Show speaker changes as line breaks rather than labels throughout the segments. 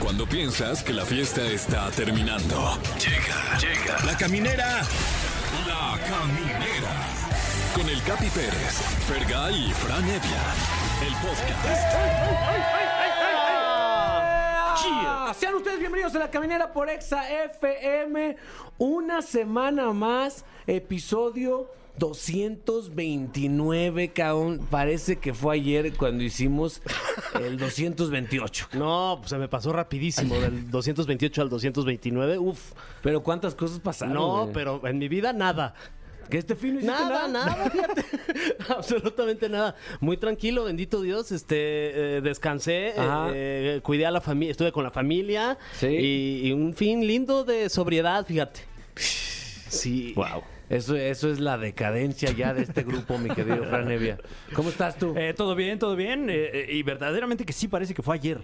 Cuando piensas que la fiesta está terminando. Llega, llega. La caminera. La caminera. Con el Capi Pérez, Fergay y Fran Evia. El podcast.
Ah, Sean ustedes bienvenidos a la caminera por Exa FM. Una semana más, episodio 229, cabrón. Parece que fue ayer cuando hicimos el 228.
No, pues se me pasó rapidísimo, del 228 al 229, uf.
Pero cuántas cosas pasaron.
No,
Ah, güey.
pero en mi vida nada.
Que este fin no hiciste
Nada, nada, fíjate. Absolutamente nada. Muy tranquilo, bendito Dios. Este, eh, descansé,
Ajá.
eh, cuidé a la familia, estuve con la familia.
Sí.
Y, y un fin lindo de sobriedad, fíjate. Sí. Wow.
Eso, eso es la decadencia ya de este grupo, mi querido Fran Evia. ¿Cómo estás tú?
Eh, todo bien, todo bien. eh, eh, y verdaderamente que sí parece que fue ayer.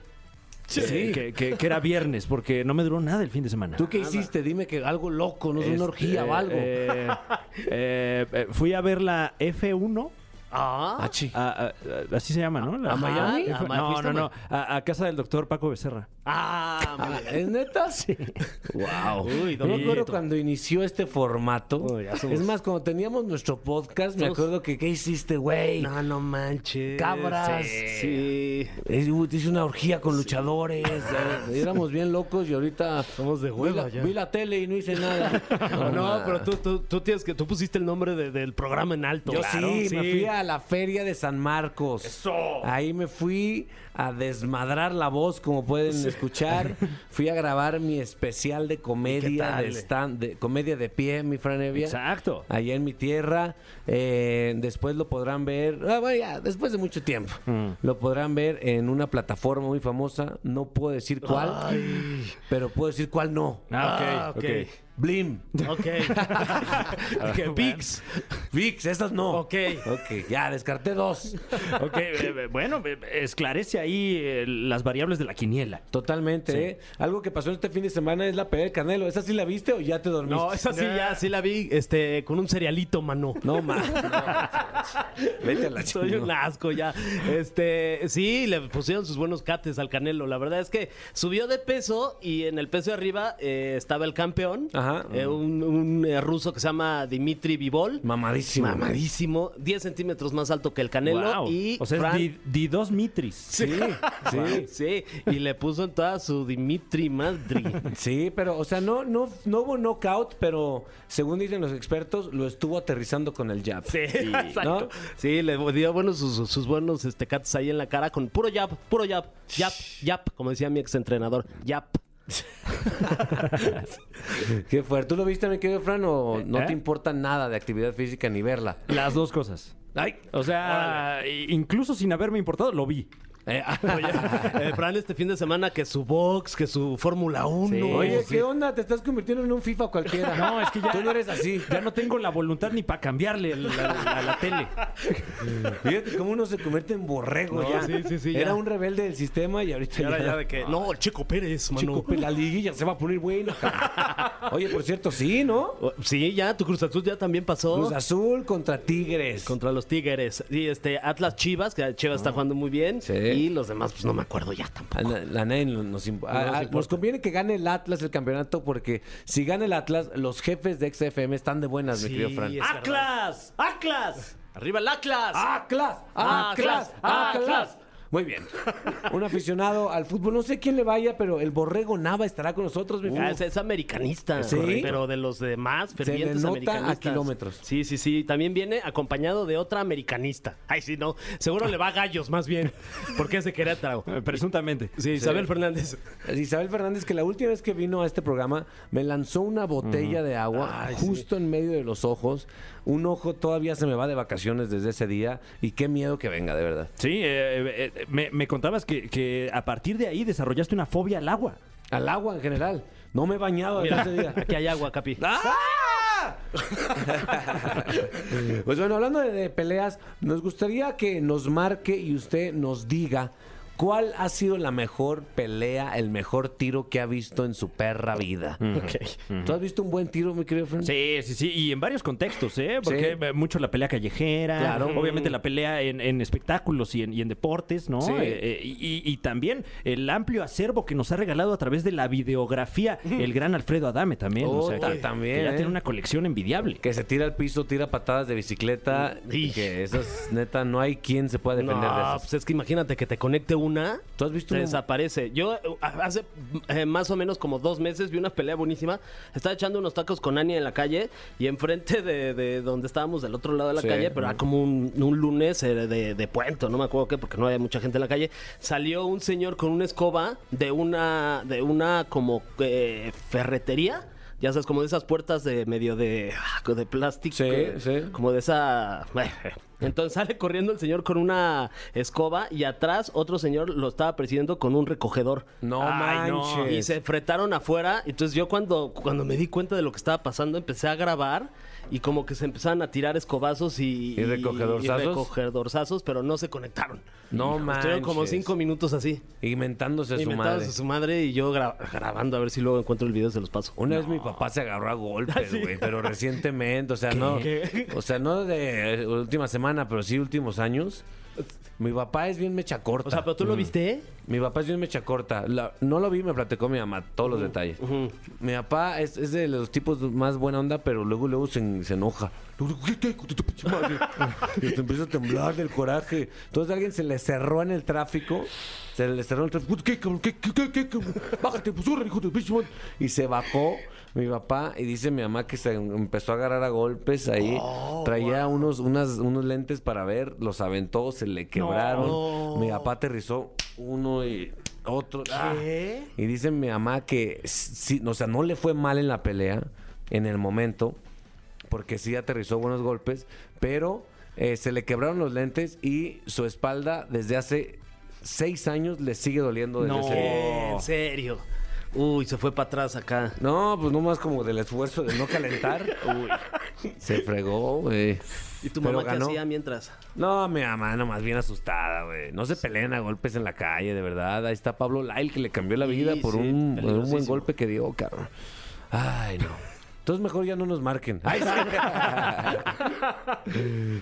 Eh, que, que- que era viernes, porque no me duró nada el fin de semana.
¿Tú qué hiciste? Dime que algo loco, no es una
Este,
orgía o algo.
eh, eh, eh, fui a ver la F1.
Ah,
Ah, chi.
a- a- así se llama, ¿no? La-
¿A Miami?
F-
¿A Ma-
No,
Ah, fuiste a
no,
Ma-
no. A, a casa del doctor Paco Becerra.
ah, muy
Ah,
bien.
¿Es neta? Sí. Wow.
Uy,
Yo me acuerdo
Dominguito.
cuando inició este formato.
Uy, ya somos-
es más, cuando teníamos nuestro podcast, me
Somos-
acuerdo que ¿qué hiciste, güey?
No, no manches.
Cabras.
Sí.
Es- u- Hice una orgía con luchadores. eh, Éramos bien locos y ahorita.
Somos de
vi
hueva
la,
ya.
vi la tele y no hice nada.
No,
ma.
pero tú, tú, tú tienes que, tú pusiste el nombre de- del programa en alto.
Yo
Claro,
sí, me fui a la feria de San Marcos. Ahí me fui a desmadrar la voz, como pueden escuchar. Fui a grabar mi especial de comedia
tal?
de stand, de comedia de pie, mi franevia.
Exacto.
Allá en mi tierra. Eh, después lo podrán ver. ah, bueno, ya, después de mucho tiempo.
Mm.
Lo podrán ver en una plataforma muy famosa. No puedo decir cuál, pero puedo decir cuál no.
Ah, ok,
Blim.
Ok. que Pix.
Vix, esas no.
Ok.
Ok, ya descarté dos.
Ok, eh, eh, bueno, eh, esclarece ahí eh, las variables de la quiniela.
Totalmente, ¿eh? Algo que pasó este fin de semana es la pelea del Canelo. ¿Esa sí la viste o ya te dormiste?
No, esa sí ya, sí la vi, este, con un cerealito, mano.
No, ma. Vete a la
Soy un
chingada.
asco ya. Este, sí, le pusieron sus buenos cates al Canelo. La verdad es que subió de peso y en el peso de arriba eh, estaba el campeón,
Ajá.
eh, un, un, eh, ruso que se llama Dimitri Vivol.
Mamadísimo.
Mamadísimo, 10 centímetros más alto que el Canelo
Wow.
y
o sea,
Fran-
es di, di dos mitris.
Sí, sí.
Sí, y le puso en toda su Dimitri Madri.
Sí, pero, o sea, no, no, no hubo knockout, pero según dicen los expertos, lo estuvo aterrizando con el jab.
Sí, exacto.
¿No?
Sí, le dio buenos sus, sus buenos este, cats ahí en la cara con puro jab, puro jab, jab, jab, como decía mi exentrenador, jab.
Qué fuerte. ¿Tú lo viste, mi querido Fran, o no
¿Eh?
te importa nada de actividad física ni verla?
Las dos cosas.
Ay.
O sea, i- incluso sin haberme importado, lo vi.
Eh, ah.
Oye, eh, Fran, este fin de semana que su box, que su Fórmula 1.
Sí.
Oye,
sí.
¿qué onda? Te estás convirtiendo en un FIFA cualquiera.
No, es que ya.
Tú no eres así.
Ya no tengo la voluntad ni para cambiarle el- la- la- la tele.
Fíjate cómo uno se convierte en borrego
No,
ya.
sí, sí, sí, ya.
Era un rebelde del sistema y ahorita
Y ahora
ya-
ya de que, no, Chico Pérez, mano.
Chico, pues, la liguilla se va a poner buena. cabrón. Oye, por cierto, sí, ¿no?
O- Sí, ya, tu Cruz Azul ya también pasó.
Cruz Azul contra Tigres.
Contra los Tigres. Y este, Atlas Chivas, que Chivas está jugando muy bien.
Ah. Sí.
Y los demás, pues no me acuerdo ya tampoco.
A La, la nadie nos, nos imp- a- a- nos
importa.
conviene que gane el Atlas el campeonato porque si gana el Atlas, los jefes de XFM están de buenas, mi
Sí,
querido Fran.
es verdad.
¡Atlas! ¡Atlas!
¡Arriba el Atlas! Ah,
¡Atlas!
¡Atlas! ¡Atlas!
Muy bien. Un aficionado al fútbol. No sé quién le vaya, pero el borrego Nava estará con nosotros, mi
Ah,
Fran.
es, es americanista,
Sí.
correcto, pero de los demás
le
fervientes
nota
americanistas.
a kilómetros.
Sí, sí, sí. También viene acompañado de otra americanista. Ay, sí, no. Seguro le va a gallos, más bien, porque es de Querétaro.
eh, Presuntamente.
Sí, Isabel Fernández.
Isabel Fernández, que la última vez que vino a este programa me lanzó una botella de agua justo en medio de los ojos. Un ojo todavía se me va de vacaciones desde ese día y qué miedo que venga, de verdad.
Sí, eh, eh, eh, me, me contabas que, que a partir de ahí desarrollaste una fobia al agua.
Al agua en general. No me he bañado desde ese día.
Aquí hay agua, Capi.
¡Ah! pues bueno, hablando de, de peleas, nos gustaría que nos marque y usted nos diga ¿Cuál ha sido la mejor pelea, el mejor tiro que ha visto en su perra vida?
Mm.
¿Tú has visto un buen tiro, mi querido Fran?
Sí, sí, sí, y en varios contextos, ¿eh? Porque
Sí.
eh, mucho la pelea callejera,
Claro.
obviamente la pelea en, en espectáculos y en, y en deportes, ¿no?
Sí.
Eh, eh, y, y- y también el amplio acervo que nos ha regalado a través de la videografía el gran Alfredo Adame también. o sea,
Ota,
que,
también,
que ya
¿eh?
tiene una colección envidiable.
Que se tira al piso, tira patadas de bicicleta. Y que esas, neta, no hay quien se pueda defender de
No,
esas.
pues es que imagínate que te conecte una.
¿Tú has visto
se
un-
desaparece. Yo eh, hace eh, más o menos como dos meses vi una pelea buenísima. Estaba echando unos tacos con Ania en la calle y enfrente de, de donde estábamos del otro lado de la
Sí.
calle, pero era como un, un lunes eh, de, de puente, no me acuerdo qué, porque no había mucha gente en la calle. Salió un señor con una escoba de una, de una como eh, ferretería. Ya sabes, como de esas puertas de medio de, ah, de plástico.
Sí, sí.
Como de esa. Entonces sale corriendo el señor con una escoba y atrás otro señor lo estaba persiguiendo con un recogedor. Ah,
No
Ay, no.
manches.
Y se fretaron afuera. Entonces yo cuando, cuando me di cuenta de lo que estaba pasando, empecé a grabar y como que se empezaban a tirar escobazos y,
¿Y recogedorzazos?
y recogedorzazos, pero no se conectaron.
No
Estuvieron como
manches.
cinco minutos así.
Y mentándose a su
inventados
madre.
a su madre y yo gra- grabando a ver si luego encuentro el video y se los paso.
Una vez mi papá se agarró a golpes,
Ah, ¿sí?
güey, pero recientemente, o sea, no, o sea, no de eh, última semana, pero sí últimos años. Mi papá es bien mecha corta.
O sea, pero tú lo viste. ¿eh?
Mi papá es bien mecha corta. La- no lo vi, me platicó mi mamá todos los detalles. Mi papá es, es de los tipos más buena onda, pero luego luego se, en- se enoja. Luego, "¿Qué te- con tu pinche madre?" y te empieza a temblar del coraje. Entonces alguien se le cerró en el tráfico. Se le cerró el tráfico. "Puta, ¿Qué, cabrón? ¿Qué, qué, qué, qué, cabrón? Bájate, pues, órale, hijo de pinche madre". Y se bajó mi papá y dice mi mamá que se em- empezó a agarrar a golpes ahí. Traía unos, unas, unos lentes para ver, los aventó, se le quebraron. Mi
Oh.
papá aterrizó uno y otro. ¡Ah! Y dice mi mamá que, sí, o sea, no le fue mal en la pelea, en el momento, porque sí aterrizó buenos golpes, pero eh, se le quebraron los lentes y su espalda desde hace seis años le sigue doliendo desde
No.
ese día.
En serio. Uy, se fue para atrás acá.
No, pues nomás como del esfuerzo de no calentar. Uy, se fregó, güey.
¿Y tu
Pero
mamá qué
ganó.
hacía mientras?
No, mi mamá nomás bien asustada, güey. No se peleen a golpes en la calle, de verdad. Ahí está Pablo Lyle que le cambió la
Sí,
vida por
sí,
un, por un buen
peligrosísimo.
golpe que dio, cabrón. Ay, no. Entonces mejor ya no nos marquen. Ay, sí.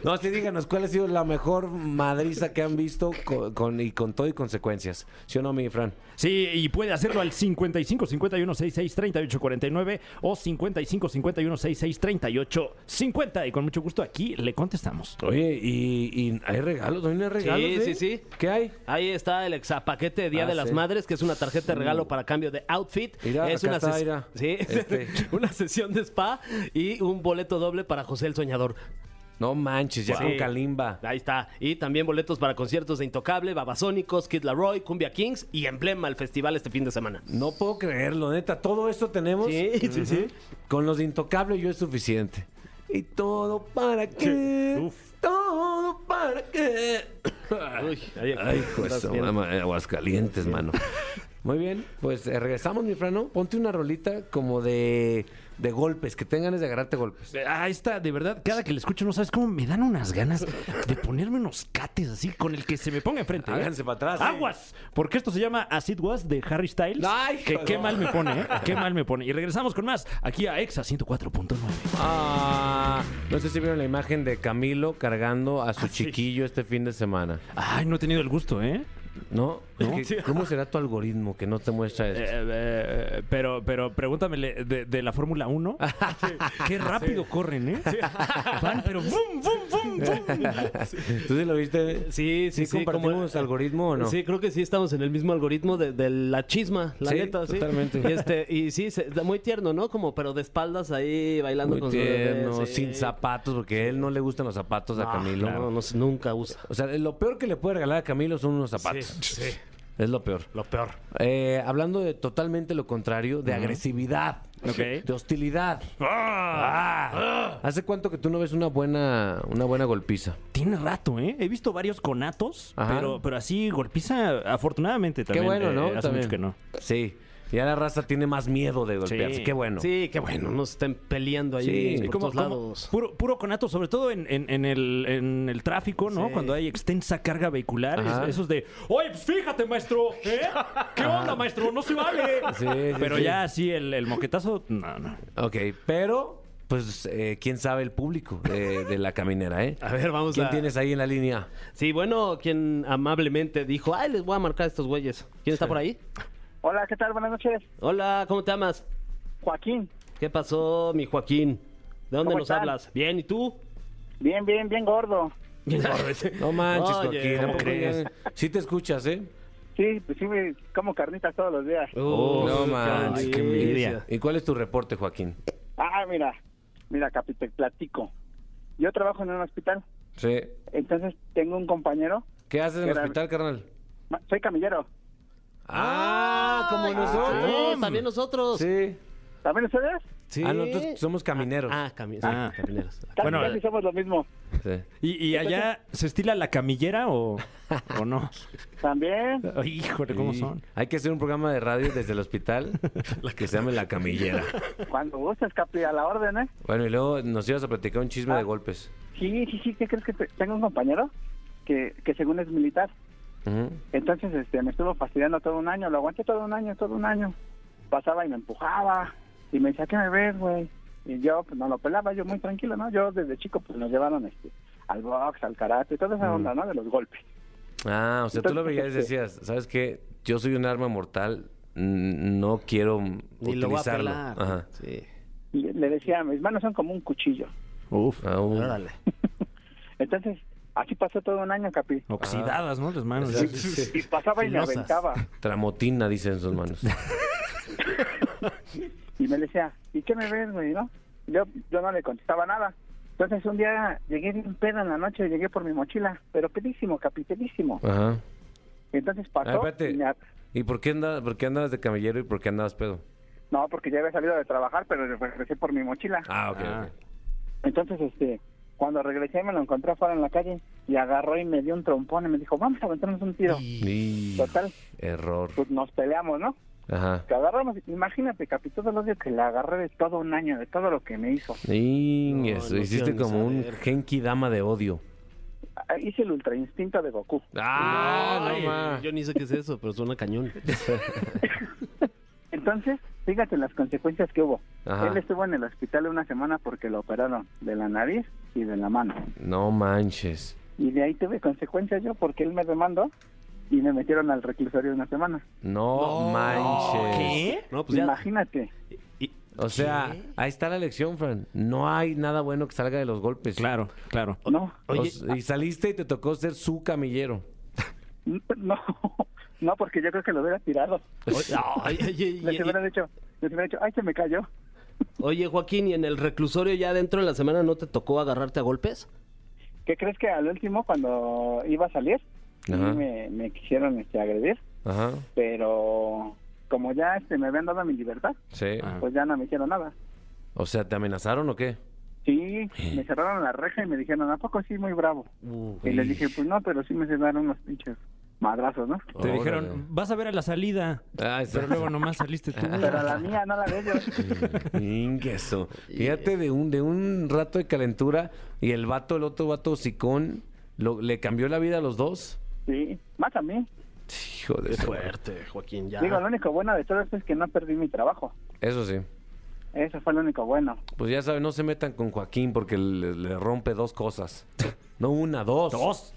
no, sí, díganos cuál ha sido la mejor madriza que han visto co- con, y con todo y consecuencias. ¿Sí o no, mi Fran?
Sí, y puede hacerlo al 55 51 66 38 49 o 55 51 66 38 50. Y con mucho gusto aquí le contestamos.
Oye, y, y hay regalos, ¿no hay regalos?
Sí,
eh?
sí, sí.
¿Qué hay?
Ahí está el exapaquete de Día
Ah,
de las
sí. Mm.
Madres, que es una tarjeta de regalo para cambio de outfit.
Mira,
es
acá
una,
está,
ses-
mira.
Sí,
Este.
una sesión de spa y un boleto doble para José el Soñador.
No manches, ya
Sí.
con Kalimba.
Ahí está. Y también boletos para conciertos de Intocable, Babasónicos, Kid Laroi, Cumbia Kings y Emblema, el festival este fin de semana.
No puedo creerlo, neta. Todo esto tenemos.
Sí, sí,
Ujú.
sí.
Con los de intocable yo es suficiente. Y todo para qué.
Uf.
Todo para qué.
Uy, ahí-
Ay, pues,
estás bien.
aguascalientes, mano. Muy bien, pues eh, regresamos, mi frano. Ponte una rolita como de, de golpes, que tengan es de agarrarte golpes.
Ah, esta, de verdad, cada que la escucho, no sabes cómo me dan unas ganas de ponerme unos cates así con el que se me ponga enfrente. ¿eh?
Háganse para atrás.
¡Aguas! Porque esto se llama As It Was de Harry Styles.
Ay,
que
hijo
qué
de-
mal me pone, ¿eh? Qué mal me pone. Y regresamos con más aquí a Exa 104.9.
Ah, no sé si vieron la imagen de Camilo cargando
Ah,
a su chiquillo este fin de semana.
Ay, no he tenido el gusto, ¿eh?
¿No?
¿No?
¿Qué- ¿Cómo será tu algoritmo que no te muestra
Eh,
esto?
eh, pero, pero pregúntame le- de, de la Fórmula 1. Qué rápido corren, ¿eh? Van, pero ¡bum, bum, bum, bum!
¿Tú sí lo viste?
Sí, sí, sí, como-
compartimos algoritmo o no?
Sí, creo que sí estamos en el mismo algoritmo de, de la chisma, la
Sí,
neta, sí.
totalmente.
Y, este, y sí, se- da muy tierno, ¿no? Como, pero de espaldas ahí bailando
Muy
con su bebé,
tierno,
sí.
sin zapatos, porque a él no le gustan los zapatos a
Ah,
Camilo.
No, no, sé, nunca usa.
O sea, lo peor que le puede regalar a Camilo son unos zapatos. Es lo peor.
Lo peor.
Eh, hablando de totalmente lo contrario, de agresividad,
Ok.
de hostilidad.
Ah.
¿Hace cuánto que tú no ves una buena, una buena golpiza?
Tiene rato, ¿eh? He visto varios conatos,
Ajá.
pero, pero así golpiza, afortunadamente también.
Qué bueno,
eh,
¿no?
hace
También.
mucho que no.
Sí. Ya la raza tiene más miedo de golpearse. Qué bueno.
Sí, qué bueno, no se estén peleando ahí
Sí,
Sí,
por
como-
todos
como
lados.
Puro, puro conato, sobre todo en, en- en el, en el tráfico, ¿no?
Sí.
Cuando hay extensa carga vehicular, es-
Ajá.
esos de, oye, pues fíjate, maestro, ¿eh? ¿Qué onda, maestro? No se vale.
Sí, sí,
Pero
sí.
ya así el, el moquetazo, no, no.
Ok, pero pues eh, quién sabe el público de, de la caminera, ¿eh?
A ver, vamos
¿Quién
a...
tienes ahí en la línea?
Sí, bueno, quien amablemente dijo, ay, les voy a marcar a estos güeyes. ¿Quién está por ahí?
Hola, ¿qué tal? Buenas noches.
Hola, ¿cómo te llamas?
Joaquín.
¿Qué pasó, mi Joaquín? ¿De dónde
¿Cómo
nos
están?
hablas? Bien, ¿y tú?
Bien, bien, bien gordo.
No manches,
Oye,
Joaquín. ¿a
¿cómo
poco
crees?
ya- Sí te escuchas, ¿eh?
Sí, pues sí, me como carnitas todos los días.
Uf,
no manches,
qué envidia.
¿Y cuál es tu reporte, Joaquín?
Ah, mira, mira, Capi, te platico. Yo trabajo en un hospital,
Sí.
entonces tengo un compañero.
¿Qué haces en el
Mira,
hospital, carnal?
ma- Soy camillero.
Ah, como
Ay,
nosotros.
sí, también nosotros.
Ah, Sí.
¿También ustedes?
Sí.
Ah, nosotros somos camineros.
Ah, cami- sí,
Ah.
camineros.
Casi,
Bueno,
casi
eh.
somos lo mismo.
Sí.
¿Y, y allá se estila la camillera o, o no?
También.
Ay, Híjole, ¿cómo
Sí.
son?
Hay que hacer un programa de radio desde el hospital que se llame La Camillera.
Cuando gustes, Capi, a la orden, ¿eh?
Bueno, y luego nos ibas a platicar un chisme de golpes.
Sí, sí, sí, ¿qué crees que te- tengo un compañero que, que según es militar?
Ujú.
Entonces, este, me estuvo fastidiando todo un año, lo aguanté todo un año, todo un año. Pasaba y me empujaba y me decía, ¿qué me ves, güey? Y yo, pues, no lo pelaba, yo muy tranquilo, ¿no? Yo desde chico, pues, nos llevaron este, al box, al karate, toda esa onda, ¿no? De los golpes.
Ah, o sea, tú lo veías y decías, ¿sabes qué? Yo soy un arma mortal, n- no quiero
Y lo voy a
utilizarlo.
pelar.
Ajá.
Sí.
Y le decía, mis manos son como un cuchillo.
Uf,
Ah, un-
Órale.
Entonces, así pasó todo un año, Capi.
oxidadas, ¿no? Las manos.
Sí, sí, sí.
Y pasaba y me
Filosas.
aventaba.
Tramotina, dicen sus manos.
Y me decía, ¿y qué me ves, güey? ¿No? Yo, yo no le contestaba nada. Entonces un día llegué bien pedo en la noche, llegué por mi mochila, pero pedísimo, capi, pedísimo.
Ajá.
Entonces
Ah,
pasó.
espérate.
y me a-
¿Y por qué, andabas, por qué andabas de camellero y por qué andabas pedo?
No, porque ya había salido de trabajar, pero regresé por mi mochila.
Ah, ok.
Ah.
ok.
Entonces, este, cuando regresé me lo encontré afuera en la calle y agarró y me dio un trompón y me dijo, vamos a aventarnos un tiro.
Y-
Total,
Error.
pues nos peleamos, ¿no?
Ajá.
Que agarramos, imagínate, capi, todo el odio que le agarré de todo un año, de todo lo que me hizo.
Y
No,
eso,
no
hiciste
quiero ni
como un
saber.
genki dama de odio.
Ah, Hice el ultra instinto de Goku.
Ah,
Ay,
no ma.
Yo ni sé qué es eso, pero suena cañón.
Entonces, fíjate las consecuencias que hubo.
Ajá.
Él estuvo en el hospital una semana porque lo operaron de la nariz y de la mano.
No manches.
Y de ahí tuve consecuencias yo porque él me demandó y me metieron al reclusorio una semana.
No, manches.
¿Qué?
No, pues ya.
Imagínate.
y-
O sea, ahí está la lección, Fran. No hay nada bueno que salga de los golpes.
Claro, claro.
No,
O
Oye,
s- y saliste y te tocó ser su camillero.
no, no, porque yo creo que lo hubiera tirado.
oye, ah. ay, ay, ay,
Les
ay,
hubiera dicho, les hubiera dicho, ay, se me cayó.
oye, Joaquín, ¿y en el reclusorio ya dentro de la semana no te tocó agarrarte a golpes?
¿Qué crees que al último cuando iba a salir? sí
Ajá.
me, me quisieron este, agredir,
Ajá.
pero como ya este, me habían dado mi libertad,
Sí.
Ah.
pues ya no me hicieron nada.
O sea, ¿te amenazaron o qué?
Sí, me cerraron la reja y me dijeron, ¿a poco sí, muy bravo? y les dije, pues no, pero sí me cerraron unos pinches madrazos, ¿no?
Te
Órale.
dijeron, vas a ver a la salida.
Ah, sí.
Pero luego nomás saliste tú.
Pero a la mía no la veo
Ingueso. Fíjate de un, de un rato de calentura y el vato, el otro vato hocicón, lo- le cambió la vida a los dos.
Sí, más a mí.
Hijo de su-
Fuerte, Joaquín, ya.
Digo, lo único bueno de todo esto es que no perdí mi trabajo.
Eso sí.
Eso fue lo único bueno.
Pues ya saben, no se metan con Joaquín porque le, le rompe dos cosas. No una, dos.
Dos.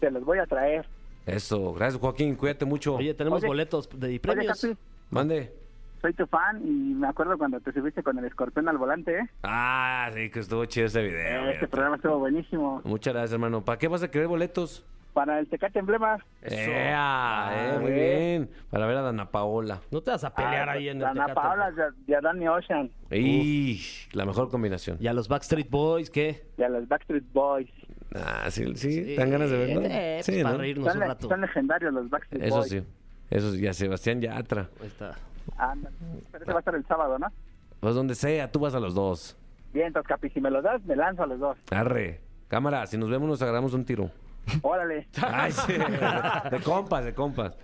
Te los voy a traer.
Eso. Gracias, Joaquín. Cuídate mucho.
Oye, tenemos
Oye.
boletos de y
Oye,
premios.
Capi,
Mande.
soy tu fan y me acuerdo cuando te subiste con el escorpión al volante, ¿eh?
Ah, sí, que estuvo chido ese video.
Eh,
mira.
este programa estuvo buenísimo.
Muchas gracias, hermano. ¿Para qué vas a querer boletos?
Para el Tecate Emblema.
¡Ea! eh, muy bien. Para ver a Dana Paola.
no te vas a pelear
Ah,
ahí en el
Ana
Tecate,
Paola
¿no?
y a Danny Ocean
Y la mejor combinación.
Y a los Backstreet Boys, ¿qué?
y a los Backstreet Boys.
Ah, sí, sí, dan ganas de verlo.
Eh, pues,
sí,
para
¿no?
reírnos
Son,
un
le-
rato.
son legendarios los Backstreet
Eso
Boys.
sí. Eso sí, y a Sebastián Yatra.
Ahí está.
Ándale. Pero ese va a estar el sábado, ¿no?
Pues donde sea, tú vas a los dos.
Bien, entonces, Capi, si me lo das, me lanzo a los dos.
Arre. Cámara, si nos vemos nos agarramos un tiro.
Órale.
Ay, sí. De compas, de compas.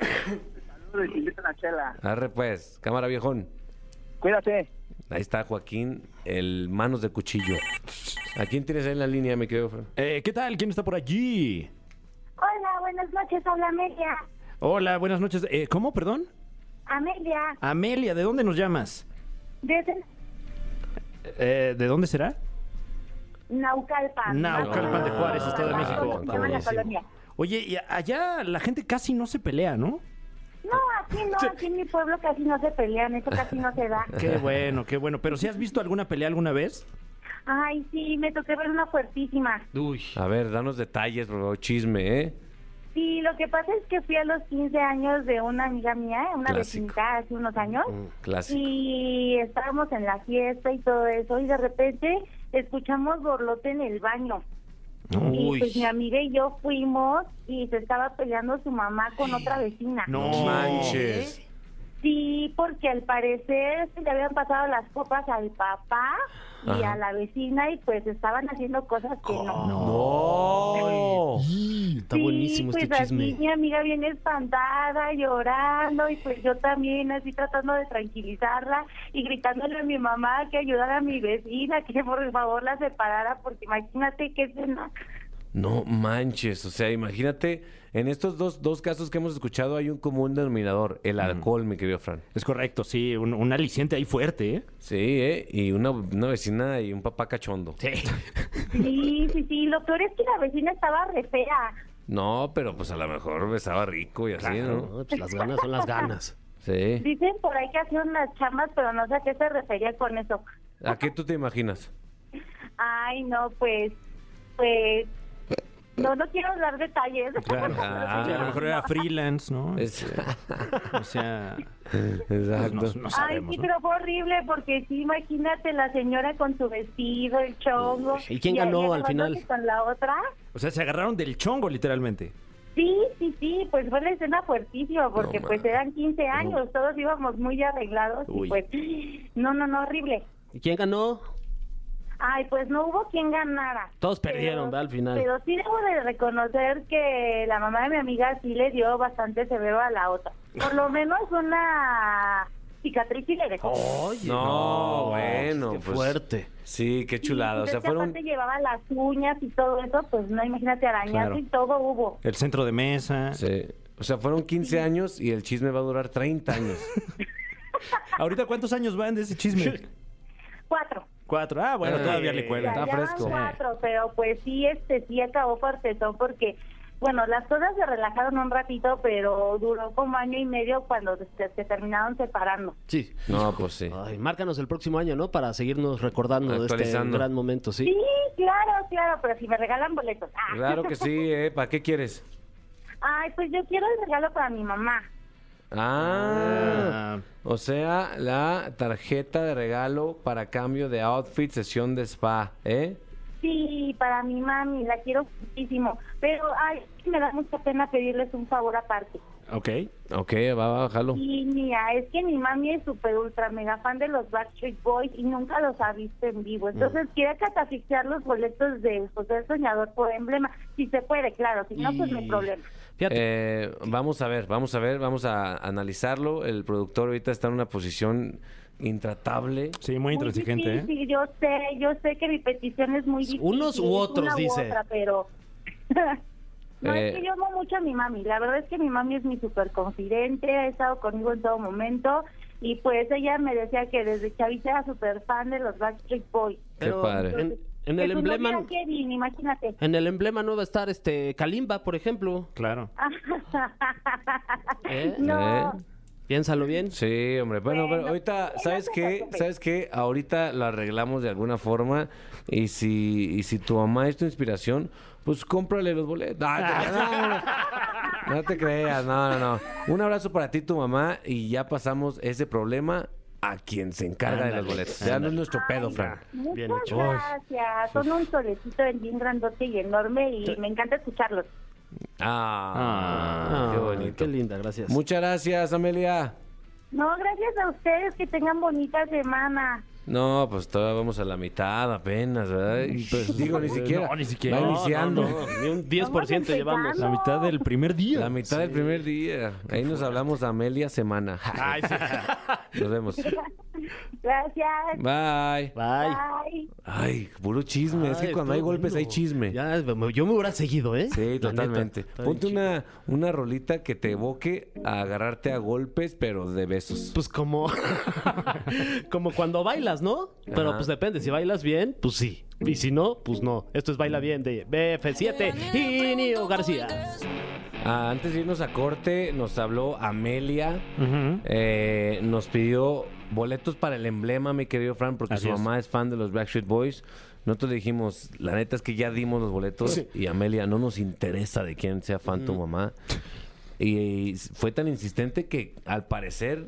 Saludos y te invito a una chela.
Arre pues, cámara viejón.
Cuídate.
Ahí está Joaquín, el manos de cuchillo. ¿A quién tienes ahí en la línea, mi querido Fran?
Eh, ¿Qué tal? ¿Quién está por allí?
Hola, buenas noches, habla Amelia.
Hola, buenas noches. Eh, ¿Cómo, perdón?
Amelia,
Amelia, ¿de dónde nos llamas?
desde
Eh, ¿De dónde será?
Naucalpa.
Naucalpan de Juárez, Estado de México.
Se llama la colonia.
Oye, y allá la gente casi no se pelea, ¿no?
No, aquí no, aquí en mi pueblo casi no se pelean, eso casi no se da.
Qué bueno, qué bueno. Pero si has visto alguna pelea alguna vez?
Ay, sí, me toqué ver una fuertísima.
Uy.
A ver, danos detalles, por favor, chisme, ¿eh?
Sí, lo que pasa es que fui a los 15 años de una amiga mía, una
Clásico.
vecinita hace unos años,
Clásico.
y estábamos en la fiesta y todo eso, y de repente escuchamos borlote en el baño. Y pues mi amiga y yo fuimos y se estaba peleando su mamá con otra vecina.
No
manches.
Sí, porque al parecer se le habían pasado las copas al papá y
Ajá.
a la vecina y pues estaban haciendo cosas que no.
¡No!
Está
Sí,
buenísimo
pues
este
así
chisme.
mi amiga viene espantada, llorando y pues yo también así tratando de tranquilizarla y gritándole a mi mamá que ayudara a mi vecina, que por favor la separara porque imagínate qué escena.
No manches, o sea, imagínate, en estos dos, dos casos que hemos escuchado hay un común denominador, el alcohol, mi querido Fran.
Es correcto, sí, un, un aliciente ahí fuerte, ¿eh?
Sí, ¿eh? Y una, una vecina y un papá cachondo.
Sí.
Sí, sí, sí, lo peor es que la vecina estaba re fea.
No, pero pues a lo mejor besaba rico y así, ¿no?
Claro, pues las ganas son las ganas.
Sí.
Dicen por ahí que hacían las chamas, pero no sé a qué se refería con eso.
¿A qué tú te imaginas?
Ay, no, pues, pues, no, no quiero dar detalles.
Claro.
Ah.
Sí, a lo mejor era freelance, ¿no? Este,
Es-
O sea, pues no,
Exacto.
no
Ay,
sabemos,
sí,
¿no?
pero fue horrible porque sí, imagínate la señora con su vestido, el chongo.
¿Y quién ganó
ella
al
agarrándose
final?
Con la otra.
O sea, se agarraron del chongo, literalmente.
Sí, sí, sí, pues fue la escena fuertísima porque
No,
pues
man.
eran 15 años, todos íbamos muy arreglados
Uy.
y pues, no, no, no, horrible.
¿Y quién ganó?
Ay, pues no hubo quien ganara.
Todos perdieron, ¿verdad? Al final.
Pero sí debo de reconocer que la mamá de mi amiga sí le dio bastante severo a la otra. Por lo menos una cicatriz sí le dejó.
Oye,
No, bueno,
Qué
pues-
fuerte.
Sí, qué chulada. O sea,
Entonces,
fueron...
aparte llevaba las uñas y todo eso, pues no imagínate arañazo
Claro.
y todo hubo.
El centro de mesa.
Sí. O sea, fueron 15 años y el chisme va a durar 30 años.
¿Ahorita cuántos años van de ese chisme?
Cuatro.
Cuatro. Ah, bueno,
Eh,
todavía le
Ya,
Está
cuela.
ya van
fresco.
cuatro, pero pues sí, este, sí acabó fuertezón porque, bueno, las cosas se relajaron un ratito, pero duró como año y medio cuando se, se terminaron separando.
Sí.
No, pues sí.
Ay, márcanos el próximo año, ¿no? Para seguirnos recordando de este
Actualizando.
gran momento, ¿sí?
Sí, claro, claro, pero si me regalan boletos. Ah.
Claro que sí, ¿eh? ¿Para qué quieres?
Ay, pues yo quiero el regalo para mi mamá.
Ah,
Ah,
o sea, la tarjeta de regalo para cambio de outfit, sesión de spa, ¿eh?
Sí, para mi mami, la quiero muchísimo. Pero, ay, me da mucha pena pedirles un favor aparte.
ok.
Ok, va, va, jalo.
Y mira, es que mi mami es súper ultra mega fan de los Backstreet Boys y nunca los ha visto en vivo.
Mm.
Entonces, quiere catafixiar los boletos de José el Soñador por emblema. Si se puede, claro, si no, pues no hay
Y-
problema.
Fíjate,
Eh, vamos a ver, vamos a ver, vamos a analizarlo. El productor ahorita está en una posición intratable.
Sí, muy intransigente, ¿eh?
difícil, yo sé, yo sé que mi petición es muy difícil.
Unos u
es
otros,
una
dice.
otra, pero... No, es
Eh.
que yo amo mucho a mi mami. La verdad es que mi mami es mi súper confidente, ha estado conmigo en todo momento. Y pues ella me decía que desde chavita era súper fan de los Backstreet Boys.
pero
padre.
En, en el
Que su
emblema,
novio era Kevin, imagínate.
en el emblema no va a estar este Kalimba, por ejemplo.
Claro.
¿Eh?
No.
¿Eh?
Piénsalo bien.
Sí, hombre. Bueno,
Bueno,
pero ahorita,
no
¿sabes
te
qué?
preocupes.
¿Sabes qué? Ahorita lo arreglamos de alguna forma. Y si, y si tu mamá es tu inspiración, pues cómprale los boletos. No, te- no, no, no. No te creas, no, no, no. Un abrazo para ti, tu mamá, y ya pasamos ese problema a quien se encarga de los boletos. Ya no es nuestro pedo, Fran.
Muchas
Bien hecho.
gracias. Son un solecito bien grandote y enorme y me encanta escucharlos.
Ah,
Ah,
qué bonito.
Qué linda, gracias.
Muchas gracias, Amelia.
No, gracias a ustedes. Que tengan bonita semana.
No, pues todavía vamos a la mitad apenas, ¿verdad? Y pues, digo, ni siquiera.
No, ni siquiera.
Va
No, no,
iniciando.
No, ni un 10%
Vamos
llevamos.
La mitad del primer día.
La mitad del primer día. Ahí nos hablamos a Amelia semana.
Ay, sí.
Nos vemos.
Gracias.
Bye.
Bye.
Bye.
Ay, puro chisme. es que
Ay,
cuando hay
estuvo
golpes hay
bueno.
chisme.
Ya, me- yo me hubiera seguido, ¿eh?
Sí,
La
totalmente.
neta, está
Ponte
bien
una, una rolita que te evoque a agarrarte a golpes, pero de besos.
chido. Pues como. como cuando bailas, ¿no? Pero
Ajá.
pues depende. Si bailas bien, pues sí. Y si no, pues no. Esto es Baila Bien de BF7 y Nio García.
Ah, antes de irnos a corte, nos habló Amelia.
Ujú.
Eh, nos pidió boletos para el emblema, mi querido Fran, porque
Así
su
es.
mamá es fan de los Backstreet Boys. Nosotros le dijimos, la neta es que ya dimos los boletos y Amelia no nos interesa de quién sea fan tu mamá. Y fue tan insistente que al parecer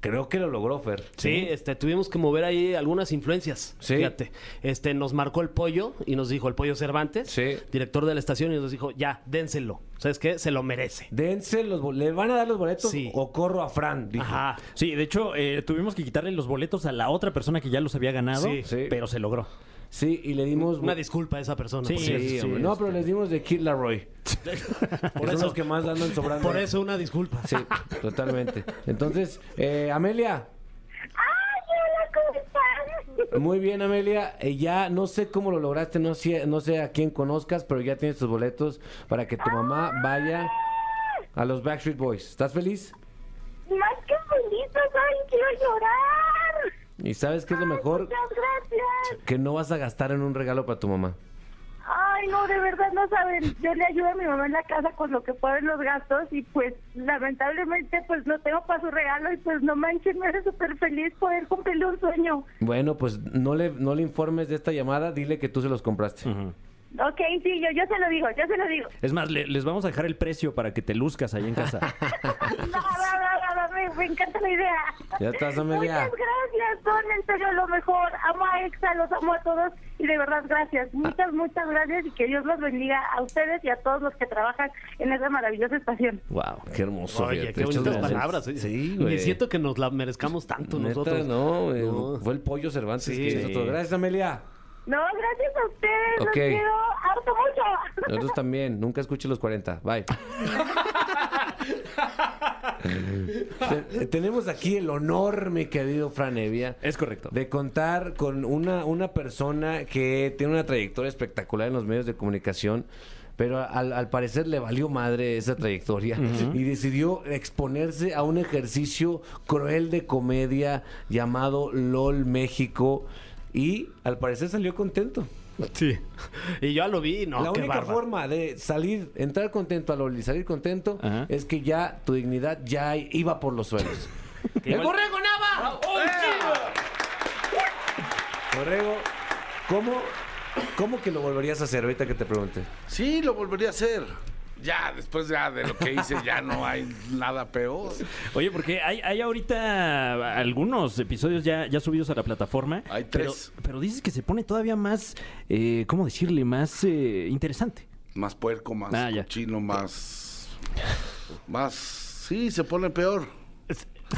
creo que lo logró Fer.
Sí, este, tuvimos que mover ahí algunas influencias.
Sí.
Fíjate. Este, nos marcó el pollo y nos dijo el pollo Cervantes,
Sí.
director de la estación, y nos dijo, ya, dénselo. ¿Sabes qué? Se lo merece.
Dense los boletos. ¿Le van a dar los boletos
Sí.
o corro a Fran? Dijo.
Ajá.
Sí, de hecho, eh, tuvimos que quitarle los boletos a la otra persona que ya los había ganado,
Sí.
Sí.
pero se logró.
Sí, y le dimos...
Una disculpa a esa persona.
Sí,
por
Sí,
cierto.
sí,
hombre. no, pero les dimos de Kid Laroi.
Por
son
eso-
los que más andan sobrando.
Por eso una disculpa.
Sí, totalmente. Entonces, eh, Amelia,
Ay, hola, ¿cómo están?
Muy bien, Amelia. Eh, ya no sé cómo lo lograste, no sé, no sé a quién conozcas, pero ya tienes tus boletos para que tu mamá vaya a los Backstreet Boys. ¿Estás feliz?
Más que feliz, ay, quiero llorar.
¿Y sabes qué es lo mejor?
Muchas gracias.
Que no vas a gastar en un regalo para tu mamá.
Ay, no, de verdad no saben. Yo le ayudo a mi mamá en la casa con lo que puedo en los gastos y pues lamentablemente pues no tengo para su regalo y pues no manches, me hace súper feliz poder cumplirle un sueño.
Bueno, pues no le, no le informes de esta llamada, dile que tú se los compraste.
Ok, sí, yo, yo se lo digo, yo se lo digo.
Es más, le- les vamos a dejar el precio para que te luzcas ahí en casa.
No, no, no, no, no, me, me encanta la idea.
Ya estás, Amelia.
Muchas gracias, son en serio lo mejor. Amo a Exa, los amo a todos y de verdad gracias.
Ah.
Muchas, muchas gracias y que Dios los bendiga a ustedes y a todos los que trabajan en esa maravillosa estación.
Wow, qué hermoso.
Oye,
fíjate.
qué
Muchas
bonitas
gracias.
palabras. ¿eh?
Sí,
Ni
güey. Pues,
siento que nos la merezcamos tanto
Neta,
nosotros.
no, eh,
No.
fue el pollo Cervantes
Sí.
que hizo todo. Gracias, Amelia.
No, gracias a ustedes,
Ok.
los quiero harto mucho.
Nosotros también. Nunca escuche los 40. Bye. Te- Tenemos aquí el honor, mi querido Franevia,
es correcto.
de contar con una, una persona que tiene una trayectoria espectacular en los medios de comunicación. Pero al, al parecer le valió madre esa trayectoria y decidió exponerse a un ejercicio cruel de comedia llamado LOL México y al parecer salió contento.
Sí. Y yo ya lo vi, no,
La
qué
única
bárbaro.
forma de salir, entrar contento al LOL y salir contento
Ajá.
es que ya tu dignidad ya iba por los suelos. ¡El
igual-
borrego
Ah,
Nava!
¡oh,
Borrego, ¿cómo, ¿cómo que lo volverías a hacer ahorita que te pregunte?
Sí, lo volvería a hacer. Ya, después ya de lo que hice, ya no hay nada peor.
Oye, porque hay, hay ahorita algunos episodios ya, ya subidos a la plataforma.
Hay
pero-
tres.
Pero, dices que se pone todavía más, eh, ¿cómo decirle? Más eh, interesante.
Más puerco, más
Ah, ya.
cochino, más. Más. Sí, se pone peor.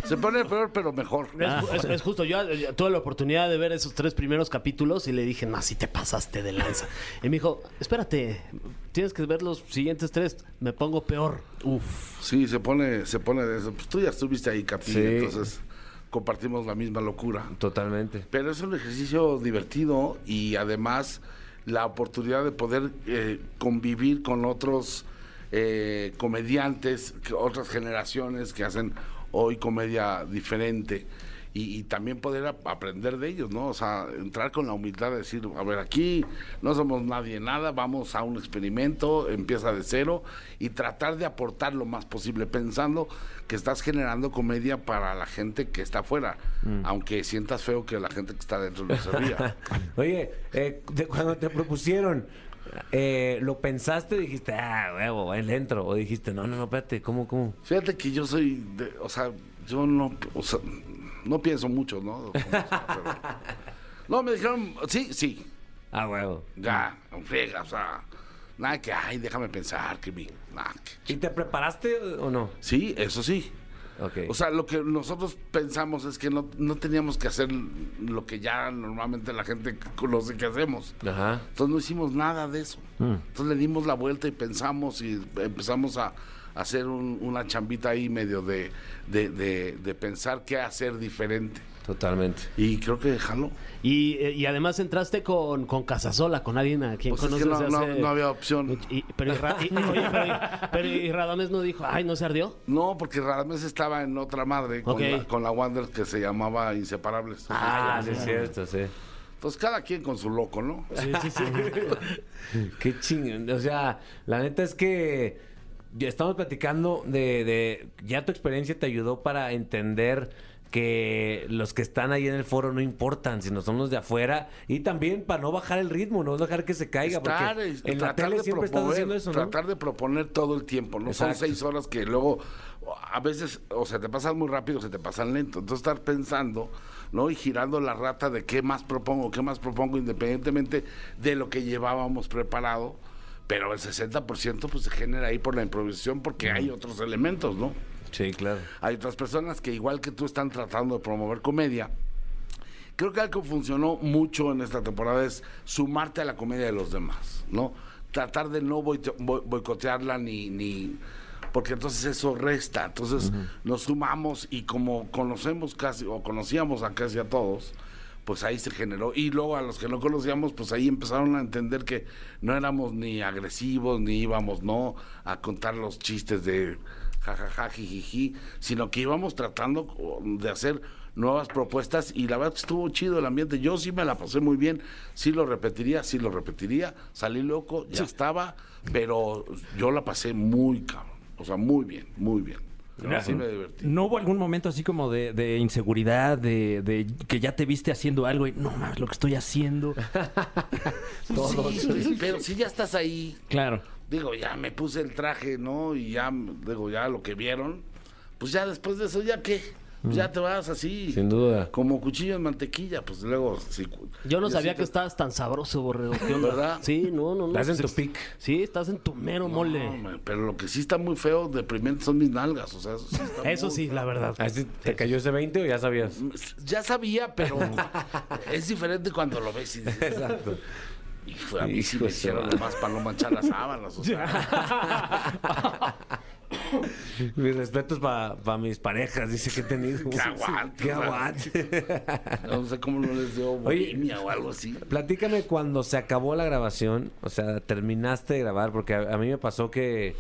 Se pone peor, pero mejor.
Es,
Ah.
es- es justo, yo, yo tuve la oportunidad de ver esos tres primeros capítulos y le dije, no, si te pasaste de lanza. Y me dijo, espérate, tienes que ver los siguientes tres, me pongo peor. Uf.
Sí, se pone, se pone de eso. Pues tú ya estuviste ahí, Capi,
Sí.
entonces compartimos la misma locura.
Totalmente.
Pero es un ejercicio divertido y además la oportunidad de poder eh, convivir con otros eh, comediantes, que- otras generaciones que hacen hoy comedia diferente y, y también poder ap- aprender de ellos, ¿no? O sea, entrar con la humildad de decir, a ver, aquí no somos nadie nada, vamos a un experimento, empieza de cero y tratar de aportar lo más posible pensando que estás generando comedia para la gente que está afuera,
Mm.
aunque sientas feo que la gente que está dentro no se ría.
Ah, Oye, eh, de cuando te propusieron, eh, ¿lo pensaste? Dijiste, ah, huevo, él entro. O dijiste, no, no, no, espérate, ¿cómo, cómo?
Fíjate que yo soy, de- o sea, yo no, o sea, no pienso mucho, ¿no? Como- pero- no, me dijeron, sí, sí,
Ah, huevo.
ya, en friega, o sea, nada que, ay, déjame pensar, que mi, nada que-
¿Y te preparaste o no?
Sí, eso sí.
Ok.
O sea, lo que nosotros pensamos es que no, no teníamos que hacer lo que ya normalmente la gente conoce que hacemos.
Ajá.
Entonces no hicimos nada de eso.
Mm.
Entonces le dimos la vuelta y pensamos y empezamos a a hacer un- una chambita ahí medio de, de- de- de pensar qué hacer diferente.
Totalmente.
Y creo que jaló.
Y, eh, y además entraste con, con Casasola, con alguien a quien
Pues es que
conoces
no,
de
no-
hace-
no había opción.
Y- pero, y Ra- y- oye, pero y- pero y Radamés no dijo, ay, ¿no se ardió?
No, porque Radamés estaba en otra madre con,
Ok.
la, con la Wander que se llamaba Inseparables.
Ah, sí, es cierto, sí.
Entonces cada quien con su loco, ¿no?
Sí, sí, sí.
Qué chingón. O sea, la neta es que ya estamos platicando de, de- Ya tu experiencia te ayudó para entender que los que están ahí en el foro no importan, sino son los de afuera. Y también para no bajar el ritmo, no dejar que se caiga.
Estar,
porque
eh, es-
en la tele siempre estás haciendo eso, ¿no?
tratar de proponer todo el tiempo, ¿no?
Exacto.
Son seis horas que luego a veces o se te pasan muy rápido o se te pasan lento. Entonces estar pensando, ¿no? Y girando la rata de qué más propongo, qué más propongo, independientemente de lo que llevábamos preparado. Pero el 60% pues se genera ahí por la improvisación porque hay otros elementos, ¿no?
Sí, claro.
Hay otras personas que igual que tú están tratando de promover comedia. Creo que algo que funcionó mucho en esta temporada es sumarte a la comedia de los demás, ¿no? Tratar de no boite- boi- boicotearla ni, ni... Porque entonces eso resta. Entonces nos sumamos y como conocemos casi, o conocíamos a casi a todos, pues ahí se generó. Y luego a los que no conocíamos, pues ahí empezaron a entender que no éramos ni agresivos, ni íbamos, ¿no? A contar los chistes de jajaja, jijiji, sino que íbamos tratando co- de hacer nuevas propuestas y la verdad que estuvo chido el ambiente. Yo sí me la pasé muy bien, sí lo repetiría, sí lo repetiría. Salí loco, ya estaba, pero yo la pasé muy cabrón. O sea, muy bien, muy bien. Sí me divertí.
¿No hubo algún momento así como de, de inseguridad, de, de que ya te viste haciendo algo y no mames, lo que estoy haciendo?
Sí, pero si ya estás ahí,
Claro.
digo, ya me puse el traje, ¿no? Y ya, digo, ya lo que vieron, pues ya después de eso, ¿ya qué? Pues Ya te vas así.
Mm. Sin duda.
Como cuchillo en mantequilla, pues luego... si cu-
Yo no
ya
sabía
sí
que
te-
estabas tan sabroso, Borrego. ¿Qué onda?
¿Verdad?
Sí, no, no, no.
Estás en tu pic.
Sí, estás en tu mero
No,
mole.
man, pero lo que sí está muy feo, deprimente, son mis nalgas, o sea, eso sí está
Eso
muy
sí,
feo.
la verdad.
¿Ah, sí? ¿Te cayó ese 20 o ya sabías?
Ya sabía, pero es diferente cuando lo ves y dices... Exacto. Y fue a mí sí
Hijo
me
de su
hicieron
madre.
más para no manchar las sábanas, o sea...
Mis respetos para mis parejas, dice que he tenido.
Que aguante,
Que
o sea.
aguante.
No sé cómo no les dio
Oye.
bulimia o algo así.
Platícame cuando se acabó la grabación, o sea, terminaste de grabar, porque a, a mí me pasó que,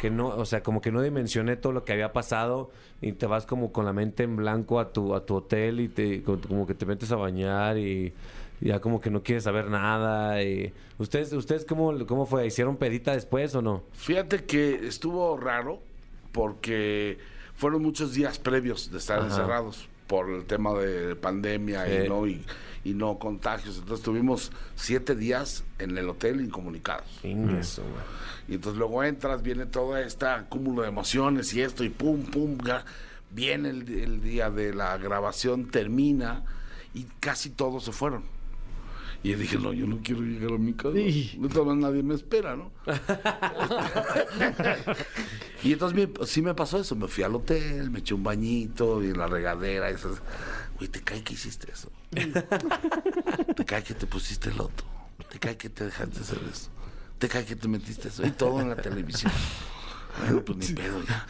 que no, o sea, como que no dimensioné todo lo que había pasado y te vas como con la mente en blanco a tu, a tu hotel y te, como, como que te metes a bañar y ya como que no quieres saber nada. Y, ¿Ustedes, ustedes cómo, cómo fue? ¿Hicieron pedita después o no?
Fíjate que estuvo raro porque fueron muchos días previos de estar encerrados por el tema de pandemia
Sí.
y, no, y, y no contagios. Entonces tuvimos siete días en el hotel incomunicados.
Ingreso,
Y entonces luego entras, viene todo este cúmulo de emociones y esto, y pum, pum, ga- viene el, el día de la grabación, termina, y casi todos se fueron. Y yo dije, no, yo no quiero llegar a mi casa. De todas maneras, nadie me espera, ¿no? y entonces me- pues, sí me pasó eso. Me fui al hotel, me eché un bañito y en la regadera. Y esas- Güey, ¿te cae que hiciste eso? Te cae que te pusiste el otro. Te cae que te dejaste hacer eso. Te cae que te metiste eso. Y todo en la televisión. Bueno, pues ni pedo ya.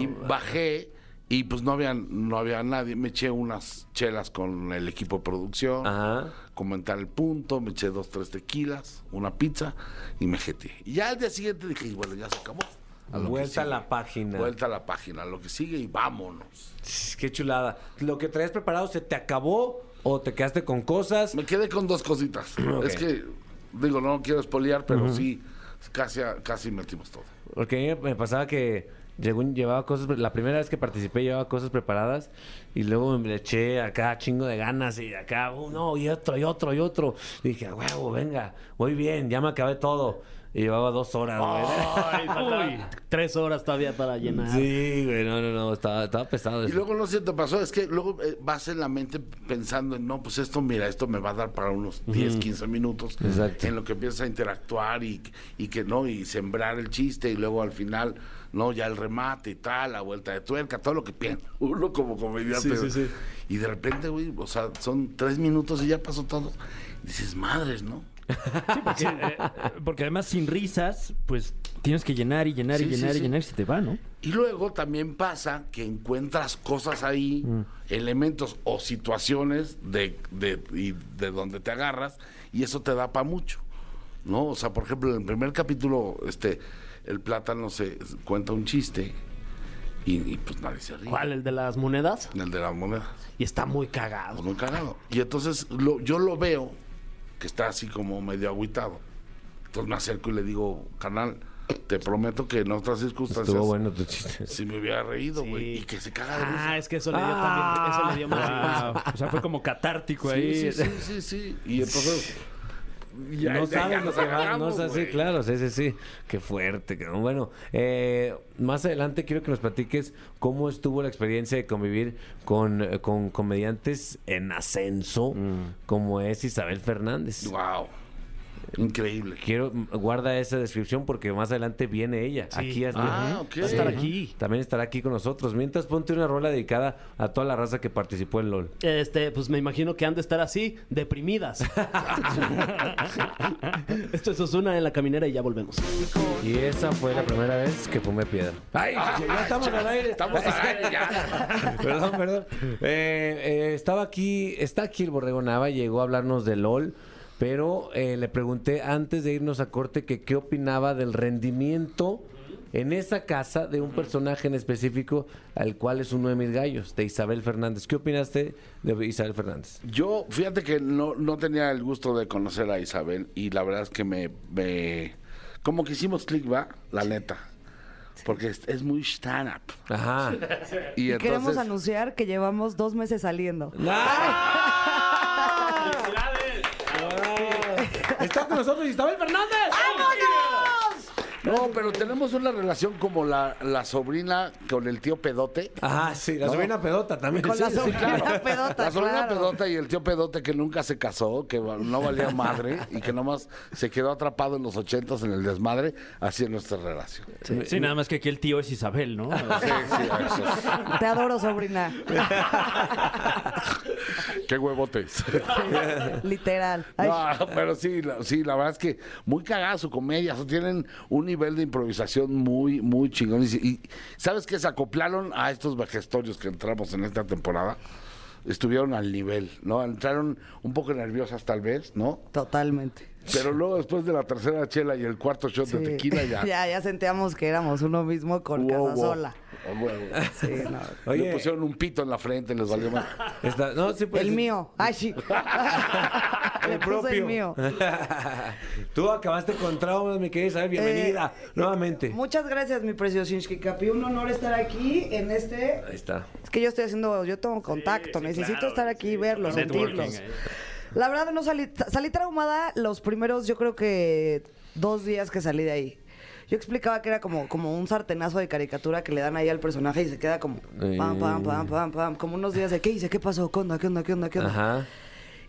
y bajé y pues no había, no había nadie. Me eché unas chelas con el equipo de producción.
Ajá.
Comentar el punto, me eché dos, tres tequilas, una pizza y me jeté. Y ya al día siguiente dije, y bueno, ya se acabó. lo que
Vuelta a
sigue.
la página.
Vuelta a la página, lo que sigue y vámonos.
Qué chulada. ¿Lo que traías preparado se te acabó o te quedaste con cosas?
Me quedé con dos cositas.
Ok.
Es que, digo, no quiero espolear, pero sí, casi, a- casi metimos todo.
Porque a mí me pasaba que llegó un- llevaba cosas, pre- la primera vez que participé llevaba cosas preparadas y luego me le eché acá chingo de ganas y acá uno y otro y otro y otro. Y dije, "A huevo, venga, voy bien, ya me acabé todo. Y llevaba dos horas, güey.
Ay, faltaba Tres horas todavía para llenar.
Sí, güey, no, no, no, estaba, estaba pesado
Y
eso.
luego no sé, te pasó, es que luego eh, vas en la mente pensando en, no, pues esto, mira, esto me va a dar para unos 10, 15 minutos.
Exacto.
En lo que empiezas a interactuar y, y que no, y sembrar el chiste y luego al final ¿no? Ya el remate y tal, la vuelta de tuerca, todo lo que piensa uno como comediante.
Sí, sí, sí.
Y de repente, güey, o sea, son tres minutos y ya pasó todo. Y dices, madres, ¿no?
Sí, porque, eh, porque además sin risas, pues tienes que llenar y llenar y
Sí, sí,
llenar y
sí.
llenar y se te va, ¿no?
Y luego también pasa que encuentras cosas ahí, elementos o situaciones de, de, y de donde te agarras, y eso te da para mucho. ¿No? O sea, por ejemplo, en el primer capítulo, este, el plátano se cuenta un chiste y, y, pues nadie se ríe.
¿Cuál? ¿El de las monedas?
El de las monedas.
Y está muy cagado.
Pues muy cagado. Y entonces lo- yo lo veo, que está así como medio agüitado. Entonces me acerco y le digo, canal, te prometo que en otras circunstancias.
Estuvo bueno tu chiste.
Sí me hubiera reído,
Sí.
güey. Y que se caga de risa.
Ah, es que eso le dio también. Eso le dio más. risa.
O sea, fue como catártico ahí.
Ah, Sí, sí, sí, sí, sí. Y entonces... ya-
no
ya- ya
sabes lo
nos
que va, no
agarramos,
es así,
güey.
claro, sí, sí, sí. Qué fuerte, cabrón. Bueno, eh, más adelante quiero que nos platiques cómo estuvo la experiencia de convivir con, eh, con comediantes en ascenso, como es Isabel Fernández.
Wow. Increíble.
Quiero, guarda esa descripción porque más adelante viene ella. Aquí hasta-
Ah, ok.
Va a estar aquí.
También estará aquí con nosotros. Mientras ponte una rola dedicada a toda la raza que participó en LOL.
Este, pues me imagino que han de estar así, deprimidas. Esto es Osuna en la caminera y ya volvemos.
Y esa fue la primera vez que fumé piedra. ¡Ay! Ah, ya estamos al aire.
Estamos al aire ya.
perdón, perdón. Eh, eh, estaba aquí, está aquí el Borrego Nava, llegó a hablarnos de LOL, pero eh, le pregunté antes de irnos a corte que qué opinaba del rendimiento en esa casa de un personaje en específico, al cual es uno de mis gallos, de Isabel Fernández. ¿Qué opinaste de Isabel Fernández?
Yo, fíjate que no, no tenía el gusto de conocer a Isabel y la verdad es que me... me- como que hicimos clic, ¿va? La neta. Porque es, es muy stand-up.
Ajá.
Y,
Y
entonces...
queremos anunciar que llevamos dos meses saliendo.
Está con nosotros Isabel Fernández.
No, pero tenemos una relación como la, la sobrina con el tío Pedote.
Ajá, Ah, sí, la
No.
sobrina pedota también.
Con
sí,
la
sí,
sobrina pedota,
La sobrina
claro.
Pedota y el tío Pedote que nunca se casó, que no valía madre y que nomás se quedó atrapado en los ochentas en el desmadre, así es nuestra relación.
Sí, nada más que aquí el tío es Isabel, ¿no?
Sí, sí, eso es.
Te adoro, sobrina.
Qué huevotes.
Literal. Ay,
No, pero sí, la, sí, la verdad es que muy cagada su comedia. o sea, tienen un nivel de improvisación muy, muy chingón. Y, y ¿sabes qué? Se acoplaron a estos vejestorios que entramos en esta temporada. Estuvieron al nivel, ¿no? Entraron un poco nerviosas tal vez, ¿no?
Totalmente.
Pero luego después de la tercera chela y el cuarto shot de
Sí.
tequila ya.
ya, ya sentíamos que éramos uno mismo con
hubo-
Casasola.
a huevo.
Sí,
Le
no.
Oye.
pusieron un pito en la frente, les valió más.
Ah,
Está- no, sí, pues,
El mío. Ay, sí. Le puse el mío.
Tú acabaste con traumas, mi querida Isabel. Bienvenida
Eh,
nuevamente.
Muchas gracias, mi preciosinski Capi. Un honor estar aquí en este.
Ahí está.
Es que yo estoy haciendo, yo tengo contacto, necesito estar aquí y verlos, sentirlos. La verdad, no salí, salí traumada los primeros, yo creo que dos días que salí de ahí. Yo explicaba que era como, como un sartenazo de caricatura que le dan ahí al personaje y se queda como pam, pam, pam, pam, pam, como unos días de qué hice, qué pasó, qué onda, qué onda, qué onda, qué onda.
Ajá.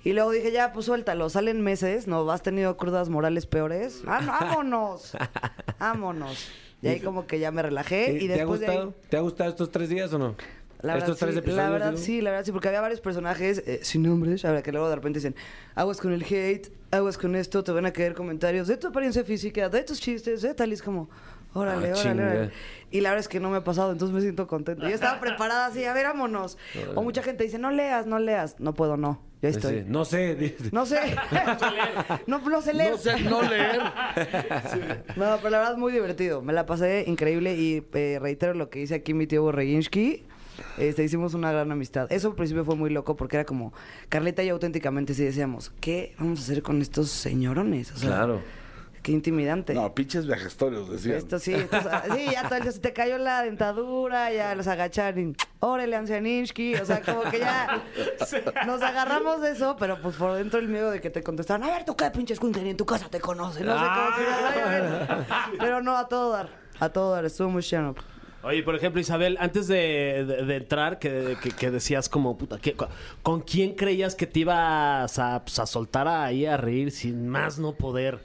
Y luego dije, ya, pues suéltalo, salen meses, no, has tenido crudas morales peores. Ah, no, vámonos, vámonos. Y ahí como que ya me relajé
¿Te-
Eh, y
¿Te ha
después de
gustado?
ahí...
¿Te ha gustado estos tres días o no?
La verdad,
estos tres
sí,
episodios.
la verdad
digo.
sí, la verdad sí, porque había varios personajes eh, sin nombres, ahora que luego de repente dicen, aguas con el hate, aguas con esto, te van a caer comentarios de tu apariencia física, de tus chistes, de tal, y es como, órale,
Ah,
órale,
chinga.
órale. Y la verdad es que no me ha pasado, entonces me siento contenta. Yo estaba preparada así, a ver, vámonos. O mucha gente dice, no leas, no leas. No puedo, no. Yo ahí
Pues Sí,
estoy.
No sé. dice.
No sé. no, no sé leer.
No sé, no leer.
No, pero la verdad muy divertido. Me la pasé increíble y eh, reitero lo que dice aquí mi tío Borreguinsky. Este, hicimos una gran amistad. Eso al principio fue muy loco porque era como, Carlita y yo auténticamente sí decíamos, ¿qué vamos a hacer con estos señorones? O sea,
Claro.
Qué intimidante.
No, pinches vejestorios, decían.
Esto sí, esto, ah, sí, ya todo el- se te cayó la dentadura, ya los agacharon. Órale, Ancianinsky. O sea, como que ya nos agarramos de eso, pero pues por dentro el miedo de que te contestaran, a ver, tú qué pinches escuincle ni en tu casa te conoce. No sé cómo que- ay, a ver. Pero no, a todo dar. A todo dar, estuvo muy chano.
Oye, por ejemplo, Isabel, antes de, de- de entrar, que, que- que decías como, puta, ¿qué- cu- ¿con quién creías que te ibas a, pues, a soltar ahí a reír sin más no poder?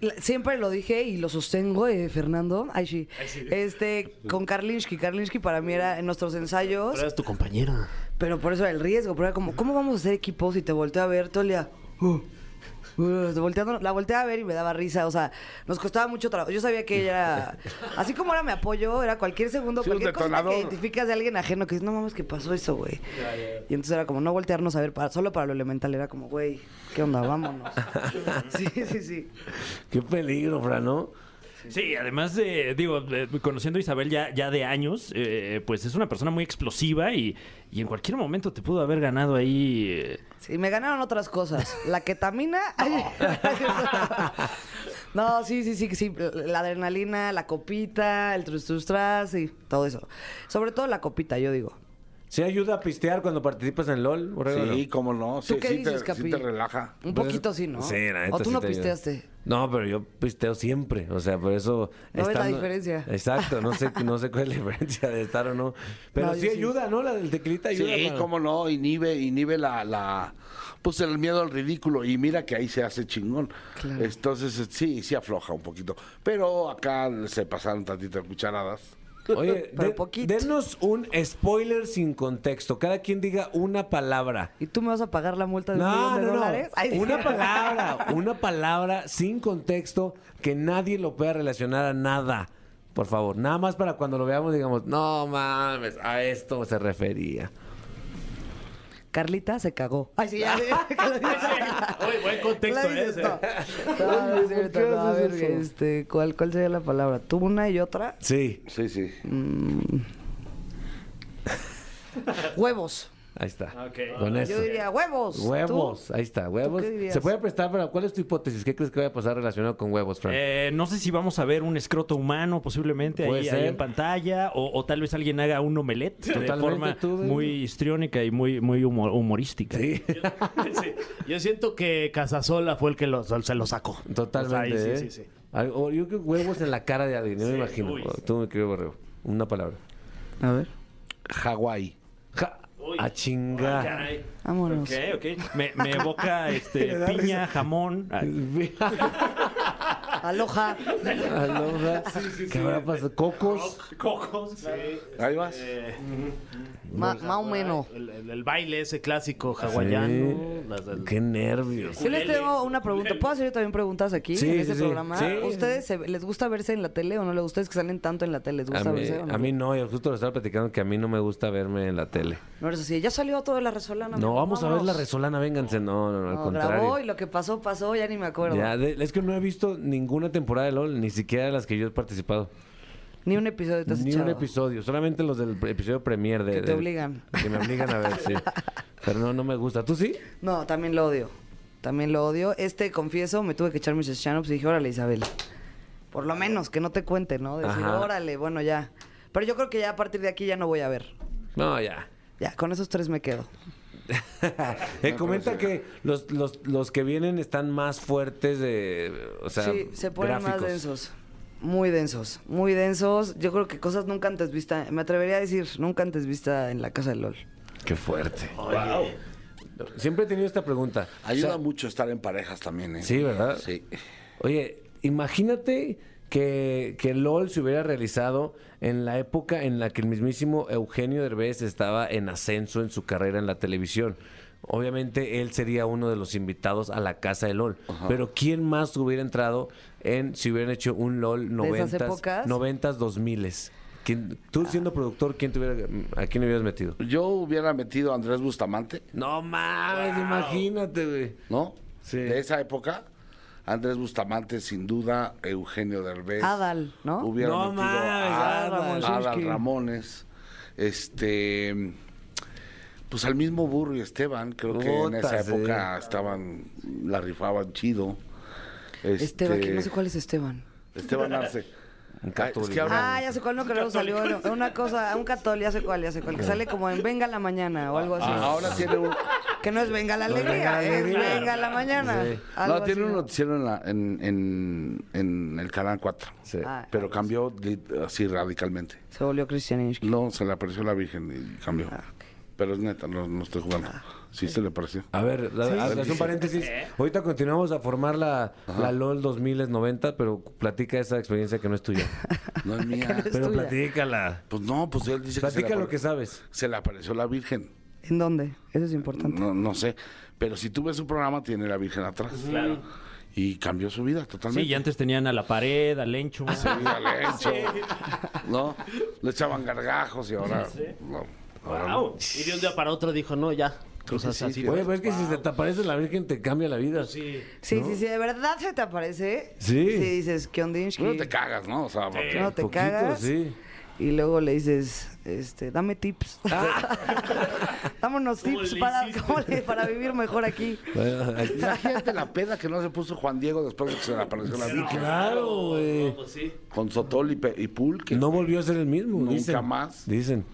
la- siempre lo dije y lo sostengo, eh, Fernando. Ay, sí. Este, con Karlinsky. Karlinsky para mí era en nuestros ensayos,
Pero eres tu compañera.
pero por eso era el riesgo. Pero era como, ¿cómo vamos a hacer equipos si te volteo a ver todo el día? Uh, uh, volteando, la volteaba a ver y me daba risa. O sea, nos costaba mucho trabajo. Yo sabía que ella era. Así como ahora me apoyo, era cualquier segundo,
Sí, un
cualquier cosa que
detonador.
identificas de alguien ajeno que dices, no mames, ¿qué pasó eso, güey? Y entonces era como, no voltearnos a ver para, solo para lo elemental. Era como, güey, ¿qué onda? Vámonos. sí, sí, sí.
Qué peligro, Fran, ¿no?
Sí, además, eh, digo, eh, conociendo a Isabel ya, ya de años, eh, pues es una persona muy explosiva y, y en cualquier momento te pudo haber ganado ahí. eh,
Sí, me ganaron otras cosas. La ketamina. Ay. no, sí, sí, sí, sí. La adrenalina, la copita, el trus, trus, tras y todo eso. Sobre todo la copita, yo digo.
¿Se ayuda a pistear cuando participas en LOL? Borrego, no?
Sí, cómo no.
¿Tú
sí,
qué
sí
dices,
te,
Capi?
sí te relaja.
Un
Pues,
poquito sí, ¿no?
Sí, la neta
O tú
sí
no
te ayuda.
pisteaste.
No, pero yo pisteo siempre. O sea, por eso.
No ves la diferencia.
Exacto, no sé, no sé cuál es la diferencia de estar o no. Pero
No, yo
sí
sí.
ayuda, ¿no? La del tequilita ayuda.
Sí,
para-
cómo no, inhibe, inhibe la, la pues el miedo al ridículo y mira que ahí se hace chingón.
Claro.
Entonces eh, sí, sí afloja un poquito, pero acá se pasaron tantito de cucharadas.
Oye,
Pero
de-
poquito.
denos un spoiler sin contexto. Cada quien diga una palabra.
¿Y tú me vas a pagar la multa de un
No,
millón de
no, no.
dólares? Ay,
Una palabra, una palabra sin contexto que nadie lo pueda relacionar a nada. Por favor, nada más para cuando lo veamos digamos, no mames, a esto se refería.
Carlita se cagó. Ay, sí, ya.
Oye, buen contexto,
Claro, dices,
¿eh?
no. No, no es cierto, no, a ver, este, ¿cuál, ¿cuál sería la palabra? ¿Tú una y otra?
Sí,
Sí, sí.
Mm. Huevos.
ahí está.
Ok.
Con eso.
Ah, Yo diría huevos. ¿Tú?
Huevos, ahí está, huevos.
qué dirías?
Se puede prestar, pero ¿cuál es tu hipótesis? ¿Qué crees que vaya a pasar relacionado con huevos, Fran?
Eh, no sé si vamos a ver un escroto humano posiblemente
Puede
ahí, ahí
ser.
en pantalla o, o tal vez alguien haga un omelette de
Totalmente,
forma
tú, David.
muy histriónica y muy, muy humor- humorística.
sí,
Sí. Yo siento que Casasola fue el que lo- se lo sacó.
totalmente.
O sea, pues ahí sí,
¿eh?
sí, sí.
Algo- yo creo que huevos en la cara de alguien, yo me imagino.
uy.
Tú me querido Borrego. Una palabra.
A ver.
Hawái.
Ja-
Uy.
a
Ah,
chingar.
Caray.
Vámonos.
Ok, ok. Me, me evoca este, piña, jamón. Ah, Ay,
Aloja.
Aloha. ¿Qué habrá pasado? Cocos.
Cocos.
Ahí vas.
Ma- Más o menos.
El, el- el baile ese clásico hawaiano. las- las-
Qué nervios.
Yo les tengo una pregunta. ¿Puedo hacer yo también preguntas aquí
Sí,
en este
sí, sí.
programa?
Sí.
¿Ustedes se- les gusta verse en la tele o no les gusta? Ustedes que salen tanto en la tele, ¿les
A
gusta
mí,
verse? o no?
a mí no, yo justo lo estaba platicando que a mí no me gusta verme en la tele.
No eres así. Ya salió todo de la resolana.
No,
amigo,
vamos a ver la
vámonos.
resolana, vénganse. No, no, no, al
No, grabó y
contrario.
lo que pasó, pasó, ya ni me acuerdo.
Ya, de- es que no he visto ninguna temporada de LOL, ni siquiera de las que yo he participado.
Ni un episodio te has
Ni un
echado.
episodio, solamente los del episodio premier de...
Que te
del-
obligan.
Que me obligan a ver, sí. Pero no, no me gusta. ¿Tú sí?
No, también lo odio. También lo odio. Este, confieso, me tuve que echar mis stand y dije, órale, Isabel. Por lo menos, que no te cuente, ¿no? Decir,
Ajá.
órale, bueno, ya. Pero yo creo que ya a partir de aquí ya no voy a ver.
No, ya.
Ya, con esos tres me quedo.
Eh, comenta que los, los, los que vienen están más fuertes de... O sea,
sí, se ponen más
gráficos.
densos. Muy densos, muy densos. Yo creo que cosas nunca antes vista, me atrevería a decir, nunca antes vista en la casa de LOL.
Qué fuerte. Siempre he tenido esta pregunta.
Ayuda
O sea,
mucho estar en parejas también, ¿eh?
Sí, ¿verdad?
Sí.
Oye, imagínate que, que LOL se hubiera realizado en la época en la que el mismísimo Eugenio Derbez estaba en ascenso en su carrera en la televisión. Obviamente él sería uno de los invitados a la casa de LOL. Pero ¿quién más hubiera entrado en si hubieran hecho un LOL
esas
90s,
épocas?
90s 2000s? ¿Quién- tú siendo productor, ¿quién te hubiera- ¿a quién le hubieras metido?
Yo hubiera metido a Andrés Bustamante,
No mames, imagínate, güey.
¿no?
Sí.
De esa época, Andrés Bustamante, sin duda, Eugenio Derbez.
Adal, ¿no?
Hubiera
No
metido
mames,
a
Adal
Adal,
Ramoncevsky.
Ramones. Este. Pues al mismo Burro y Esteban, creo que en esa
Puta, sí.
época estaban. La rifaban chido. Este,
Esteban, que no sé cuál es Esteban.
Esteban Arce.
católico.
Es que ahora-
Ah, ya sé cuál, no, que luego salió en una cosa, un católico, ya sé cuál, ya sé cuál, que sale como en Venga la Mañana o algo así.
ah, ahora tiene un.
Que no es Venga la
No es
Alegría,
Venga la
es
Alegría.
Venga la Mañana.
Sí.
algo
No, tiene
así,
un noticiero en, la- en, en- en el canal 4.
Sí.
Ah,
Pero cambió li- así radicalmente.
Se volvió Christian Inchki. Ah,
No, se le apareció la Virgen y cambió. Pero es neta, no, no estoy jugando. Sí, se le pareció.
A ver, la- a- haz un paréntesis. Ahorita continuamos a formar la, la LOL 2090, pero platica esa experiencia que no es tuya.
No es mía.
Es
pero
tuya.
platícala.
Pues no, pues él dice que se, le
Platica lo
apare-
que sabes.
se le apareció la Virgen.
¿En dónde? Eso es importante.
No, no sé. Pero si tú ves su programa, tiene la Virgen atrás. Claro. Y cambió su vida totalmente.
Sí, y antes tenían a la pared, al encho.
Ah,
Se iba al hecho, ¿no? Le echaban gargajos y ahora. no, ahora no.
Wow. Y de un día para otro dijo, no, ya. Cruzas
sí,
así.
sí.
Oye, pero es que si se te aparece la Virgen te cambia la vida.
Sí.
Pues Sí, sí, sí, de verdad se te aparece. ¿eh?
Sí.
Sí, dices, ¿qué onda?
Bueno, te cagas, ¿no? O sea, porque-
No te
Poquito,
cagas.
sí.
Y luego le dices, este, dame tips. Dámonos
¿Cómo
tips
le
para,
hiciste?
¿cómo le- para vivir mejor aquí.
Imagínate la peda que no se puso Juan Diego después de que se le apareció la Virgen.
Claro, güey.
No, pues sí.
Con Sotol y, Pe- y
pues,
Pulque.
No volvió a ser el mismo.
Nunca
dicen.
más.
Dicen.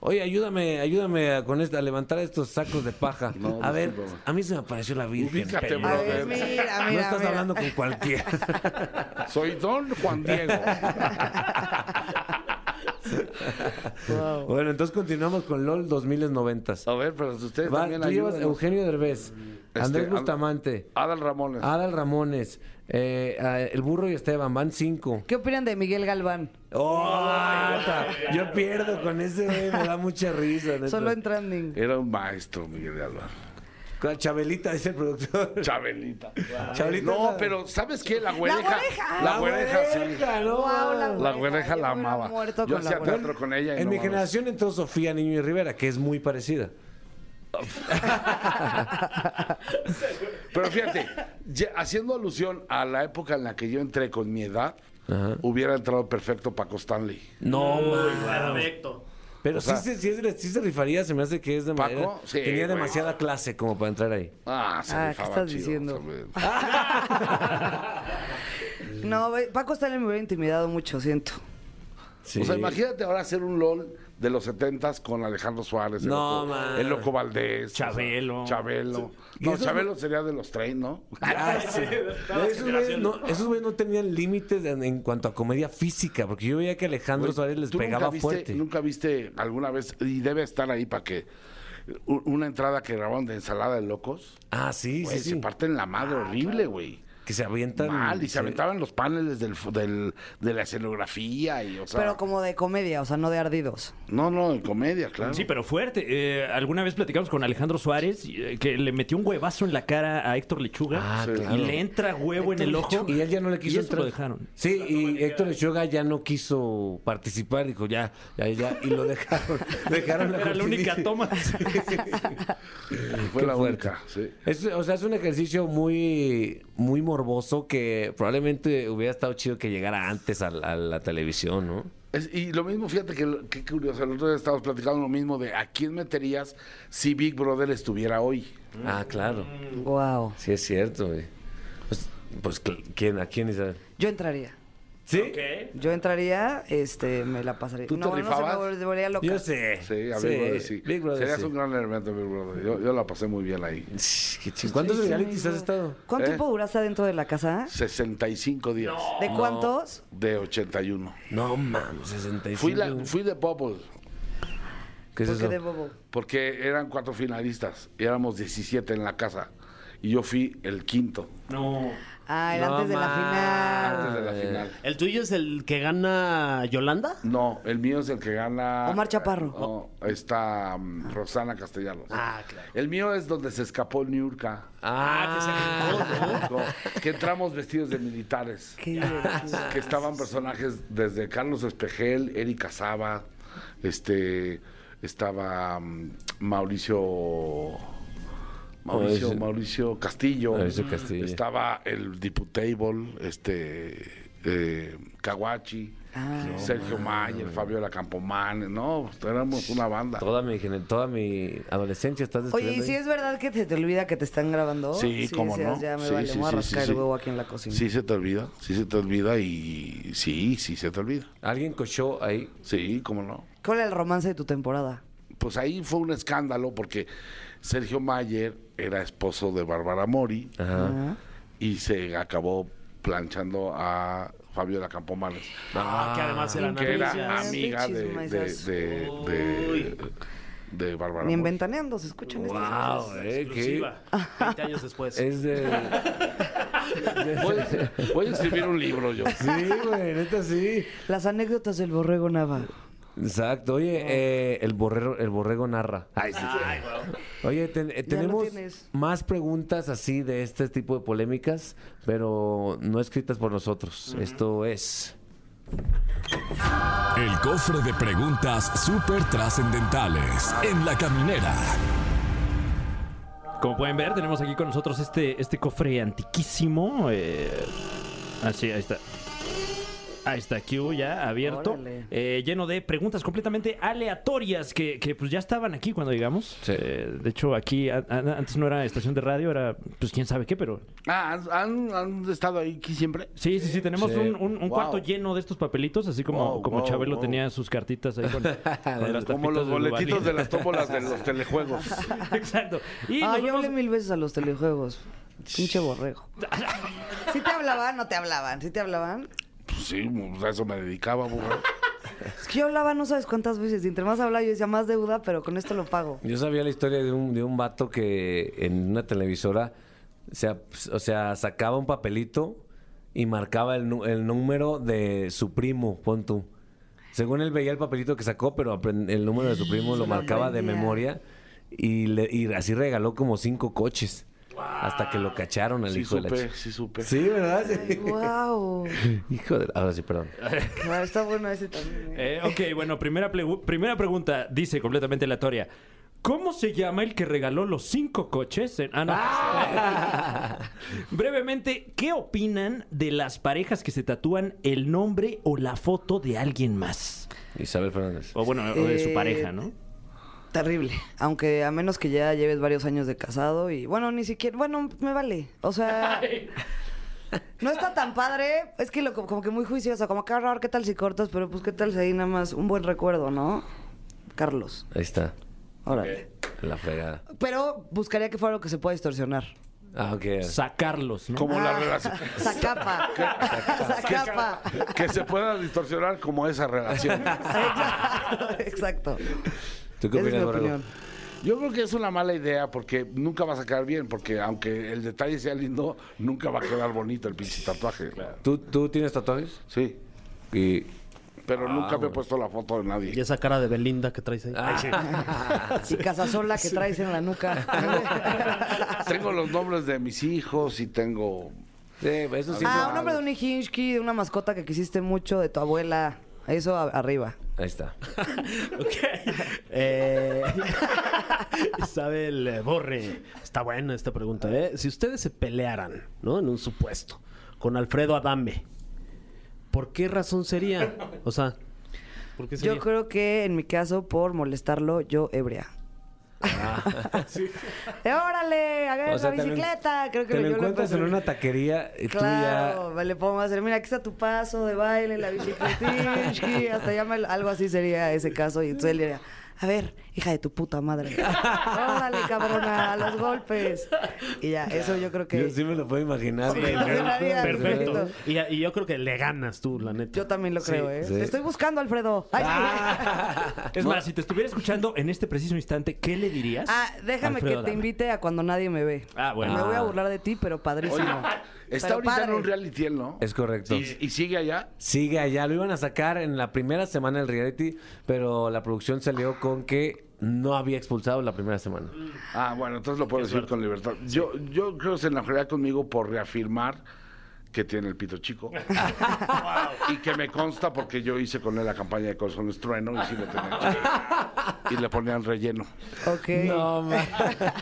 Oye, ayúdame, ayúdame a, con esta, a levantar estos sacos de paja.
No,
a ver,
discúlpame.
a mí se me apareció la Virgen.
Ubícate,
pendejo.
A
Pero,
ver,
eh,
mira, mira,
no estás
mira.
hablando con cualquiera.
Soy Don Juan Diego.
Bueno, entonces continuamos con LOL 2090.
A ver, pero si ustedes
Va,
también Mm,
tú llevas
ayúdenos.
Eugenio Derbez, Andrés
Ad-
Bustamante,
Adal Ramones.
Adal Ramones, eh, a- El Burro y Esteban, van cinco.
¿Qué opinan de Miguel Galván?
¡Oh, ata! Yo pierdo con ese güey, me da mucha risa. neta.
Solo en trending.
Era un maestro, Miguel de Alba.
Con Chabelita, dice el productor.
Chabelita.
Chabelita
No,
la-
pero ¿sabes qué? La güereja.
güereja.
La güereja, sí.
güereja, no
Guau, la
mames.
La güereja
Yo
la
me hubiera
amaba.
muerto
Yo
con la
hacía
güereja.
teatro con ella. y
En
no
mi
mames.
generación entró Sofía Niño y Rivera, que es muy parecida.
Pero fíjate, ya- haciendo alusión a la época en la que yo entré con mi edad, hubiera entrado perfecto Paco Stanley.
No,
Perfecto.
Pero
sea-
sí, se- sí es- sí se rifaría, se me hace que es de
¿Paco?
manera-
Sí,
tenía
güey.
demasiada clase como para entrar ahí.
Ah, se
Ah, ¿qué
rifaba
estás
chido,
diciendo? Ah,
o sea,
No, ve- Paco Stanley me hubiera intimidado mucho, siento.
Sí.
O sea, imagínate ahora hacer un LOL de los 70s con Alejandro Suárez, el,
No,
loco,
man.
el Loco Valdés, o sea,
Chabelo.
Chabelo.
Y
No,
esos-
Chabelo sería de los tres, ¿no?
Ah, sí. Esos güeyes no, esos güeyes no tenían límites en, en cuanto a comedia física, porque yo veía que Alejandro Suárez les
¿Tú
pegaba
nunca viste,
fuerte.
Nunca viste alguna vez, y debe estar ahí para que u- una entrada que grabaron de ensalada de locos,
Ah, sí,
güey,
sí,
se
sí.
parten la madre horrible, güey.
Que se avientan.
Mal, y se
sí.
aventaban los paneles del, fu- del- de la escenografía y, o sea...
Pero como de comedia, o sea, no de ardidos.
No, no, en comedia, claro.
Sí, pero fuerte. Eh, alguna vez platicamos con Alejandro Suárez eh, que le metió un huevazo en la cara a Héctor Lechuga
Ah,
y
claro.
le entra huevo en el ojo.
Y él ya no le quiso
y eso
entrar.
lo dejaron.
Sí, y Héctor Lechuga ya no quiso participar, dijo ya, ya, ya, y lo dejaron. dejaron
Era la única
cortinilla.
toma.
Fue
Qué
la
fuerte.
única, sí.
Es, o sea, es un ejercicio muy, muy morboso que probablemente hubiera estado chido que llegara antes a la, a la televisión, ¿no?
Es- y lo mismo, fíjate que qué curioso, el otro día estábamos platicando lo mismo de a quién meterías si Big Brother estuviera hoy.
Ah, claro.
Mm.
Wow.
Sí, es cierto, güey. Pues, pues, cl- ¿quién, ¿a quién Isabel?
Yo entraría.
¿Sí?
Yo entraría, este, me la pasaría.
¿Tú te
no, no se me
rifabas?
vol- volvería loca.
Yo sé.
Sí, a Big Brother sí.
Big Brother,
Serías
sí.
un gran elemento, Big Brother. Yo, yo la pasé muy bien ahí.
Ch, qué chido. ¿Cuántos realities has estado?
¿Cuánto
¿Eh?
tiempo duraste adentro de la casa?
65 días
¿De cuántos?
de 81.
No, mames, 65.
Fui, la, fui de Bubble
¿Qué es
Porque
eso?
de bobo.
porque eran cuatro finalistas y éramos 17 en la casa. Y yo fui el quinto
No.
Ah, era
No
antes de la
mames.
final.
antes de la
Ah,
final.
¿El tuyo es el que gana Yolanda?
No, el mío es el que gana. eh,
Omar Chaparro.
No, está mm, Rosana Castellanos.
Ah, claro.
El mío es donde se escapó Niurka.
Ah,
No, que entramos vestidos de militares.
Qué divertido.
Que estaban personajes desde Carlos Espejel, Erika Saba, este estaba mm, Mauricio Mauricio,
Mauricio-
Mauricio Castillo,
Mauricio Castillo.
estaba el Diputable, este eh, Kawachi, Sergio
Ah,
Mayer, Fabiola Campomán, no, éramos una banda.
toda, mi, gener- toda mi adolescencia estás
Oye, ¿y
describiendo
si
ahí?
es verdad que se te olvida que te están grabando?
Sí, cómo
decías,
no.
Ya me
Sí,
vale,
sí,
me voy a
sí,
rascar
sí,
el
sí.
huevo aquí en la cocina.
Sí se te olvida, sí se te olvida y sí, sí se te olvida.
¿Alguien cochó ahí?
Sí, cómo no.
¿Cuál era el romance de tu temporada?
pues ahí fue un escándalo porque Sergio Mayer era esposo de Bárbara Mori
Ah.
Ajá.
y se acabó planchando a Fabiola Campomanes,
Ah, que además era
que
nada.
era amiga de, de, de- de- de Bárbara
Ni en
Mori.
ventaneando se escuchan estas cosas.
Wow, eh, qué-
Exclusiva. 20 años después.
Es de.
Voy, a- voy a escribir un libro yo.
Sí, güey, neta sí.
Las anécdotas del borrego Nava.
Exacto, oye, eh, el, borrero, el borrego narra. Ay, sí. Oye, ten- eh, tenemos
tienes.
más preguntas así de este tipo de polémicas, pero no escritas por nosotros. Esto es.
El cofre de preguntas súper trascendentales en la caminera.
Como pueden ver, tenemos aquí con nosotros este, este cofre antiquísimo. eh, así, ahí está. Ahí está Q ya abierto,
Órale.
eh, lleno de preguntas completamente aleatorias que, que, pues ya estaban aquí cuando llegamos.
Sí.
Eh, de hecho, aquí a- a- antes no era estación de radio, era pues quién sabe qué, pero
Ah, ¿han- ¿han, han estado ahí aquí siempre?
sí, sí, sí, tenemos
Sí.
un, un- un
Wow.
cuarto lleno de estos papelitos, así como,
Wow,
como
wow,
Chabelo
wow.
tenía sus cartitas ahí con, con las
Como
tapitas
los
de
boletitos
Duvalín.
de las tómbolas de los telejuegos.
Exacto. Y
Ah,
nos
yo
vemos-
hablé mil veces a los telejuegos. Pinche borrego. Si te hablaban, no te hablaban. Si te hablaban.
Pues sí, pues a eso me dedicaba, burro.
Es que yo hablaba no sabes cuántas veces. Y entre más hablaba, yo decía más deuda, pero con esto lo pago.
Yo sabía la historia de un, de un vato que en una televisora, se ap- o sea, sacaba un papelito y marcaba el, nu- el número de su primo, pon tú. Según él veía el papelito que sacó, pero apren- el número de su primo lo
Mm, lo
marcaba de
aprendía.
memoria y, le- y así regaló como cinco coches. Hasta que lo cacharon al
Sí
hijo de la
supe,
chica.
sí supe.
Sí, ¿verdad? Sí.
¡Wow!
Hijo de... Ahora sí, perdón.
Ah, Está bueno ese también.
Eh,
¿eh?
ok, bueno, primera, plegu- primera pregunta, dice completamente aleatoria. ¿Cómo se llama el que regaló los cinco coches? en- ah, no.
Ah.
Brevemente, ¿qué opinan de las parejas que se tatúan el nombre o la foto de alguien más?
Isabel Fernández.
O bueno, o de su
Eh,
pareja, ¿no?
Terrible. Aunque a menos que ya lleves varios años de casado y bueno, ni siquiera, bueno, me vale. O sea, no está tan padre. Es que lo, como que muy juiciosa, como que raro, qué tal si cortas, pero pues qué tal si ahí nada más un buen recuerdo, ¿no? Carlos,
Ahí está.
órale.
La fregada.
Pero buscaría que fuera algo que se pueda distorsionar.
Ah, ok.
Sacarlos, ¿no?
Como
Ah.
la relación.
Sacapa. Sacapa.
Que se pueda distorsionar como esa relación.
Exacto.
¿Tú qué
Esa es mi
opinas, Borrego?
opinión.
Yo creo que es una mala idea porque nunca va a sacar bien, porque aunque el detalle sea lindo, nunca va a quedar bonito el pinche tatuaje.
¿Tú, ¿Tú tienes tatuajes?
Sí,
Y...
pero
Ah,
nunca me he puesto la foto de nadie.
Y esa cara de Belinda que traes ahí.
Y casasola que traes en la nuca.
Tengo los nombres de mis hijos y tengo...
Sí, eso sí.
Ah,
no.
un nombre de un Hinsky, de una mascota que quisiste mucho, de tu abuela. Eso a- arriba.
Ahí está.
Ok. Eh, Isabel Borre. Está buena esta pregunta, ¿eh? Si ustedes se pelearan, ¿no? En un supuesto, con Alfredo Adame, ¿por qué razón sería? O sea, ¿por qué sería?
Yo creo que en mi caso, por molestarlo, yo ebria. Eh, órale, agarra
Ah. O sea,
la
te lo en-
bicicleta. creo que
Te lo
yo
encuentras en
encontré.
una taquería y tú
Claro,
ya.
me le pongo a hacer, mira, aquí está tu paso de baile, la bicicletinsky, hasta ya me- algo así sería ese caso. Y entonces él diría, a ver, hija de tu puta madre, órale, cabrona, a los golpes. Y ya, eso yo creo que...
Yo sí me lo puedo imaginar.
Sí, Imaginaría,
Perfecto.
perfecto.
Y, y yo creo que le ganas tú, la neta.
Yo también lo creo, ¿eh?
sí.
Te estoy buscando, Alfredo. Ay,
Es más, si te estuviera escuchando en este preciso instante, ¿qué le dirías?
Ah, déjame
Alfredo
que te
Adame?
invite a cuando nadie me ve.
Ah, bueno.
Me voy
Ah.
a burlar de ti, pero padrísimo.
Oye, está
Pero
ahorita
padre.
en un reality él, ¿no?
Es correcto.
¿Y, y sigue allá?
Sigue allá. Lo iban a sacar en la primera semana del reality, pero la producción salió con que no había expulsado la primera semana.
Ah, bueno, entonces lo puedo decir con libertad. Yo, yo creo que se enojaría conmigo por reafirmar que tiene el pito chico. Y que me consta porque yo hice con él la campaña de Corazón Estrueno y sí lo tenía chico. Y le ponían relleno.
Ok.
No, man.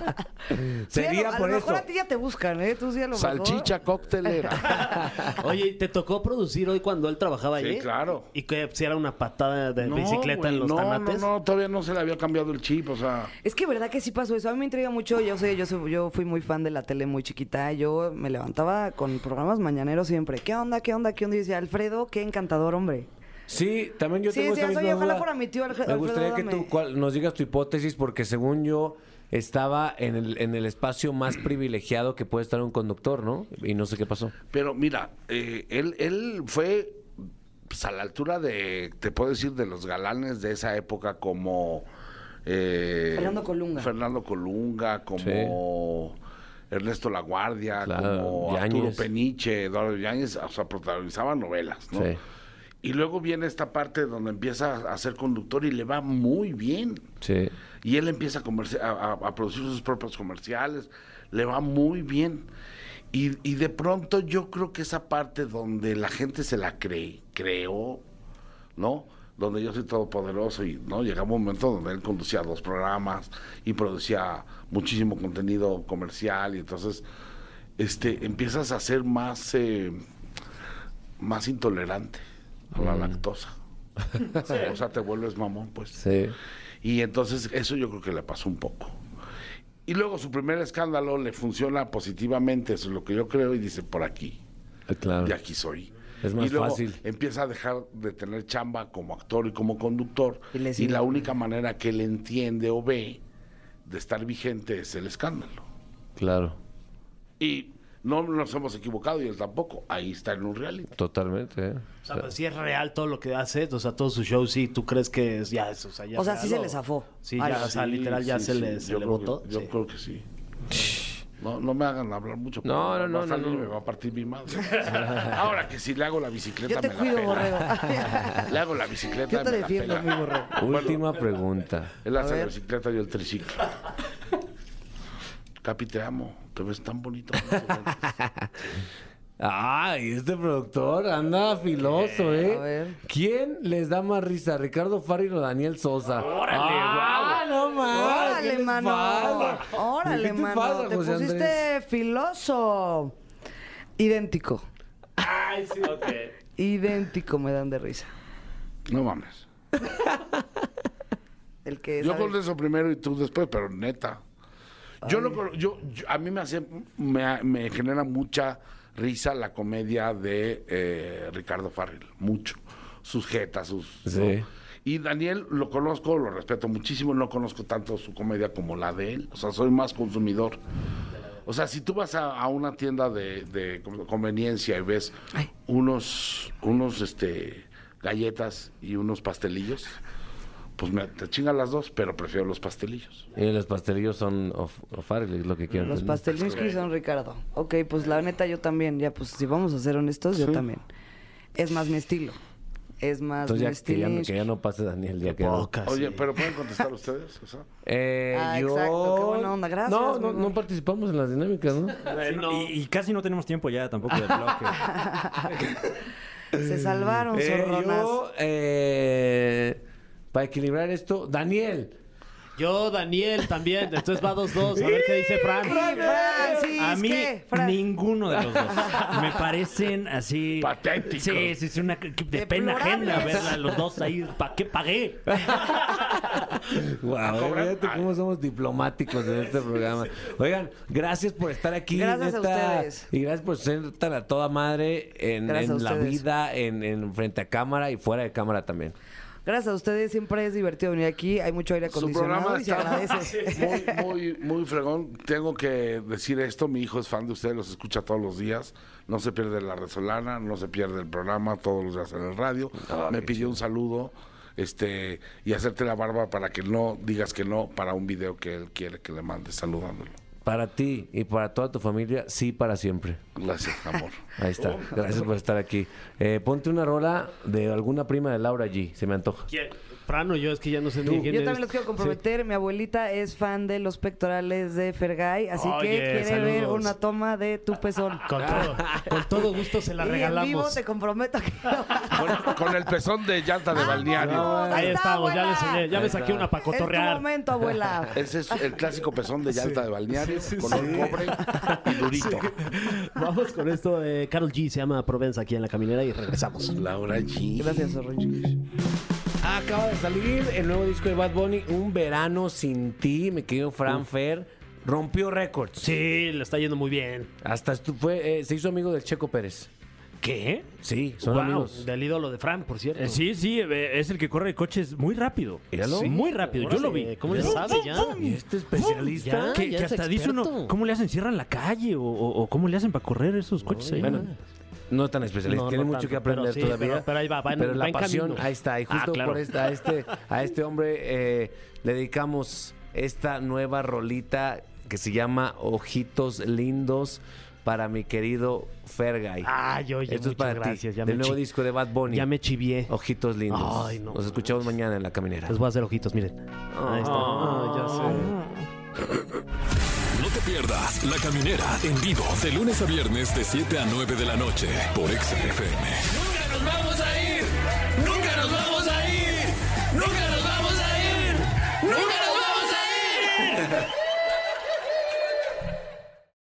Sí, a lo-
Sería
a
por
lo
eso.
mejor a ti ya te buscan, ¿eh? Tú sí a lo mejor.
Salchicha coctelera.
Oye, ¿y ¿te tocó producir hoy cuando él trabajaba
Sí,
ahí?
claro.
Y que si era una patada de
No,
bicicleta
güey,
en los
no,
tanates.
No, no, todavía no se le había cambiado el chip, o sea...
Es que verdad que sí pasó eso. A mí me intriga mucho. Yo sé, yo, soy- yo fui muy fan de la tele muy chiquita. Yo me levantaba con programas mañaneros siempre. ¿Qué onda? ¿Qué onda? ¿Qué onda? Y decía, Alfredo, qué encantador, hombre.
Sí, también yo
Sí,
tengo
sí,
esa
eso,
misma
y ojalá
duda.
fuera mi tío Alfredo
Me gustaría que
Adame.
tú cuál- nos digas tu hipótesis porque según yo estaba en el, en el espacio más privilegiado que puede estar un conductor, ¿no? Y no sé qué pasó.
Pero mira, eh, él, él fue pues, a la altura de, te puedo decir, de los galanes de esa época como eh,
Fernando Colunga.
Fernando Colunga, como Ernesto Laguardia,
Claro,
como Arturo
Yáñez.
Peniche, Eduardo Yáñez, o sea, protagonizaban novelas, ¿no?
Sí.
Y luego viene esta parte donde empieza a ser conductor y le va muy bien.
Sí.
Y él empieza a, comerci- a- a- a producir sus propios comerciales, le va muy bien. Y, y de pronto yo creo que esa parte donde la gente se la cree, creó, ¿no? Donde yo soy todopoderoso y no llegaba un momento donde él conducía dos programas y producía muchísimo contenido comercial y entonces este empiezas a ser más eh, más intolerante a la lactosa. O sea, te vuelves mamón, pues.
Sí.
Y entonces eso yo creo que le pasó un poco. Y luego su primer escándalo le funciona positivamente, eso es lo que yo creo, y dice, por aquí,
Ah, Claro.
de aquí soy.
Es más
y luego
fácil.
empieza a dejar de tener chamba como actor y como conductor.
Y le
Y,
sigue.
la única manera que él entiende o ve de estar vigente es el escándalo.
Claro.
Y no nos hemos equivocado y él tampoco. Ahí está en un reality.
Totalmente. ¿eh?
O sea, pues, si es real todo lo que hace, o sea, todo su show, sí, tú crees que es, ya es, o sea, ya
O sea,
es
sí
real,
se le zafó.
Sí, ya,
Algo.
o sea,
Sí,
literal ya
sí,
se
sí,
le, se
yo
le
creo
botó.
que- yo
sí.
creo que sí. No, no me hagan hablar mucho.
No,
porque
no, no,
va a
no,
salir y
no.
Me va a partir mi madre. Ahora que si le hago la bicicleta,
Yo te
me la
cuido,
pela.
borrego.
Le hago la bicicleta.
Yo te
me la
defiendo,
pela.
mi borrego.
Última pregunta.
Él hace la
ver.
bicicleta y el triciclo. Capi, te amo. Te ves tan bonito.
Ay, este productor anda filoso, ¿eh?
A ver.
¿Quién les da más risa, Ricardo Farri o Daniel Sosa? ¡Órale, ¡Ah, no más!
Órale, mano. Órale, mano. te pusiste filoso. Idéntico.
Ay, sí, ok.
Idéntico me dan de risa.
No mames.
El que
Yo
sabe-
contesto primero y tú después, pero neta. Yo lo col- yo, yo- a mí me hace me, me genera mucha risa la comedia de eh, Ricardo Farril, mucho. Sus jetas, sus
Sí.
¿no? Y Daniel lo conozco, lo respeto muchísimo, no conozco tanto su comedia como la de él, o sea, soy más consumidor. O sea, si tú vas a, a una tienda de, de conveniencia y ves unos unos este galletas y unos pastelillos, pues me, te chingan las dos, pero prefiero los pastelillos.
Y Eh, los pastelillos son of, Farri, es lo que quiero
Los
entender.
pastelinsky son Ricardo. Ok, pues la neta yo también. Ya, pues si vamos a ser honestos, yo también. Es más mi estilo. Es más mi
Entonces ya que, ya no-
estilo.
que ya no pase Daniel, ya quedó.
Pocas.
Oye, pero pueden contestar ustedes, o sea,
Eh,
Ah,
yo...
exacto, qué buena onda, gracias,
No, no,
Memo.
no participamos en las dinámicas, ¿no?
Y, y casi no tenemos tiempo ya tampoco de bloque.
Se salvaron,
Eh,
zorronas.
yo, eh, para equilibrar esto, Daniel.
Yo, Daniel, también. Entonces va 2-2. a ver qué dice Fran.
Fran, Francis,
A mí,
¿qué? Fran.
ninguno de los dos. Me parecen así.
Patéticos.
Sí, sí, sí, una, de pena
Deplorables.
ajena verla a los dos ahí. ¿Para qué pagué?
Guau, eh,
cobrar-
fíjate cómo somos diplomáticos en este programa. Oigan, gracias por estar aquí.
Gracias a ustedes.
Y gracias por ser tan a toda madre en,
Gracias
en
a
la
ustedes.
vida, en, en frente a cámara y fuera de cámara también.
Gracias a ustedes, siempre es divertido venir aquí. Hay mucho aire
su
acondicionado
programa
y se
está
agradece.
muy, muy, muy fregón. Tengo que decir esto, mi hijo es fan de ustedes, los escucha todos los días, no se pierde la resolana, no se pierde el programa, todos los días en el radio. Me pidió un saludo. Este, y hacerte la barba para que no digas que no para un video que él quiere que le mande saludándolo.
Para ti y para toda tu familia, sí para siempre.
Gracias, amor.
Ahí
Oh.
está. Gracias por estar aquí. Eh, ponte una rola de alguna prima de Laura G. Se me antoja.
¿Quién? Fran o yo, es que ya no sé ni quién
Yo
es.
también los quiero comprometer. Mi abuelita es fan de los pectorales de Fergay, así
Oye,
que quiere
saludos.
ver una toma de tu pezón.
Con todo, con todo gusto se la
y
regalamos.
en vivo te comprometo que
Con, con el pezón de llanta de balneario.
Vamos,
Ahí estamos, ya le
abuela.
enseñé, ya me saqué una para
Es tu
cotorrear.
momento, abuela.
Ese es el clásico pezón de llanta de balneario, color cobre y durito.
Vamos con esto de Carol G, se llama Provenza aquí en la caminera y regresamos.
Laura G.
Gracias, Zorronchi.
Acaba de salir el nuevo disco de Bad Bunny, Un Verano Sin Ti, mi querido Fran Fer. Rompió récords.
Sí, le está yendo muy bien.
Hasta estu- fue, eh, se hizo amigo del Checo Pérez.
¿Qué?
Sí, son
Wow,
amigos.
Del ídolo de Fran, por cierto.
Eh, sí, sí, eh, es el que corre coches muy rápido.
Míralo.
Sí, Muy rápido, yo lo vi.
Órale, eh, ¿cómo le sabe ya?
Y este especialista.
Ya.
Que,
ya
que
es
hasta dice
experto.
uno, ¿cómo le hacen? ¿Cierran la calle? ¿O, o- o cómo le hacen para correr esos coches ahí?
Bueno, No tan especialista,
No,
tiene
no
mucho
tanto,
que aprender
pero sí,
todavía.
pero- pero ahí va, va en-
Pero
va
la
en
pasión,
camino.
ahí está. Y
Ah,
justo
claro.
por esta, a, este, a este hombre eh, le dedicamos esta nueva rolita que se llama Ojitos Lindos para mi querido Fergay.
Ay, Ah, oye,
Esto es
muchas
para
gracias,
ti.
ya
Del
me
nuevo
chi-
disco de Bad Bunny.
Ya me chivié.
Ojitos Lindos.
Ay, no
Nos escuchamos mañana en la caminera.
Les voy a hacer ojitos, miren. Ahí está. Ah, ya sé.
No te pierdas La Caminera en vivo de lunes a viernes de 7 a 9 de la noche por XFM.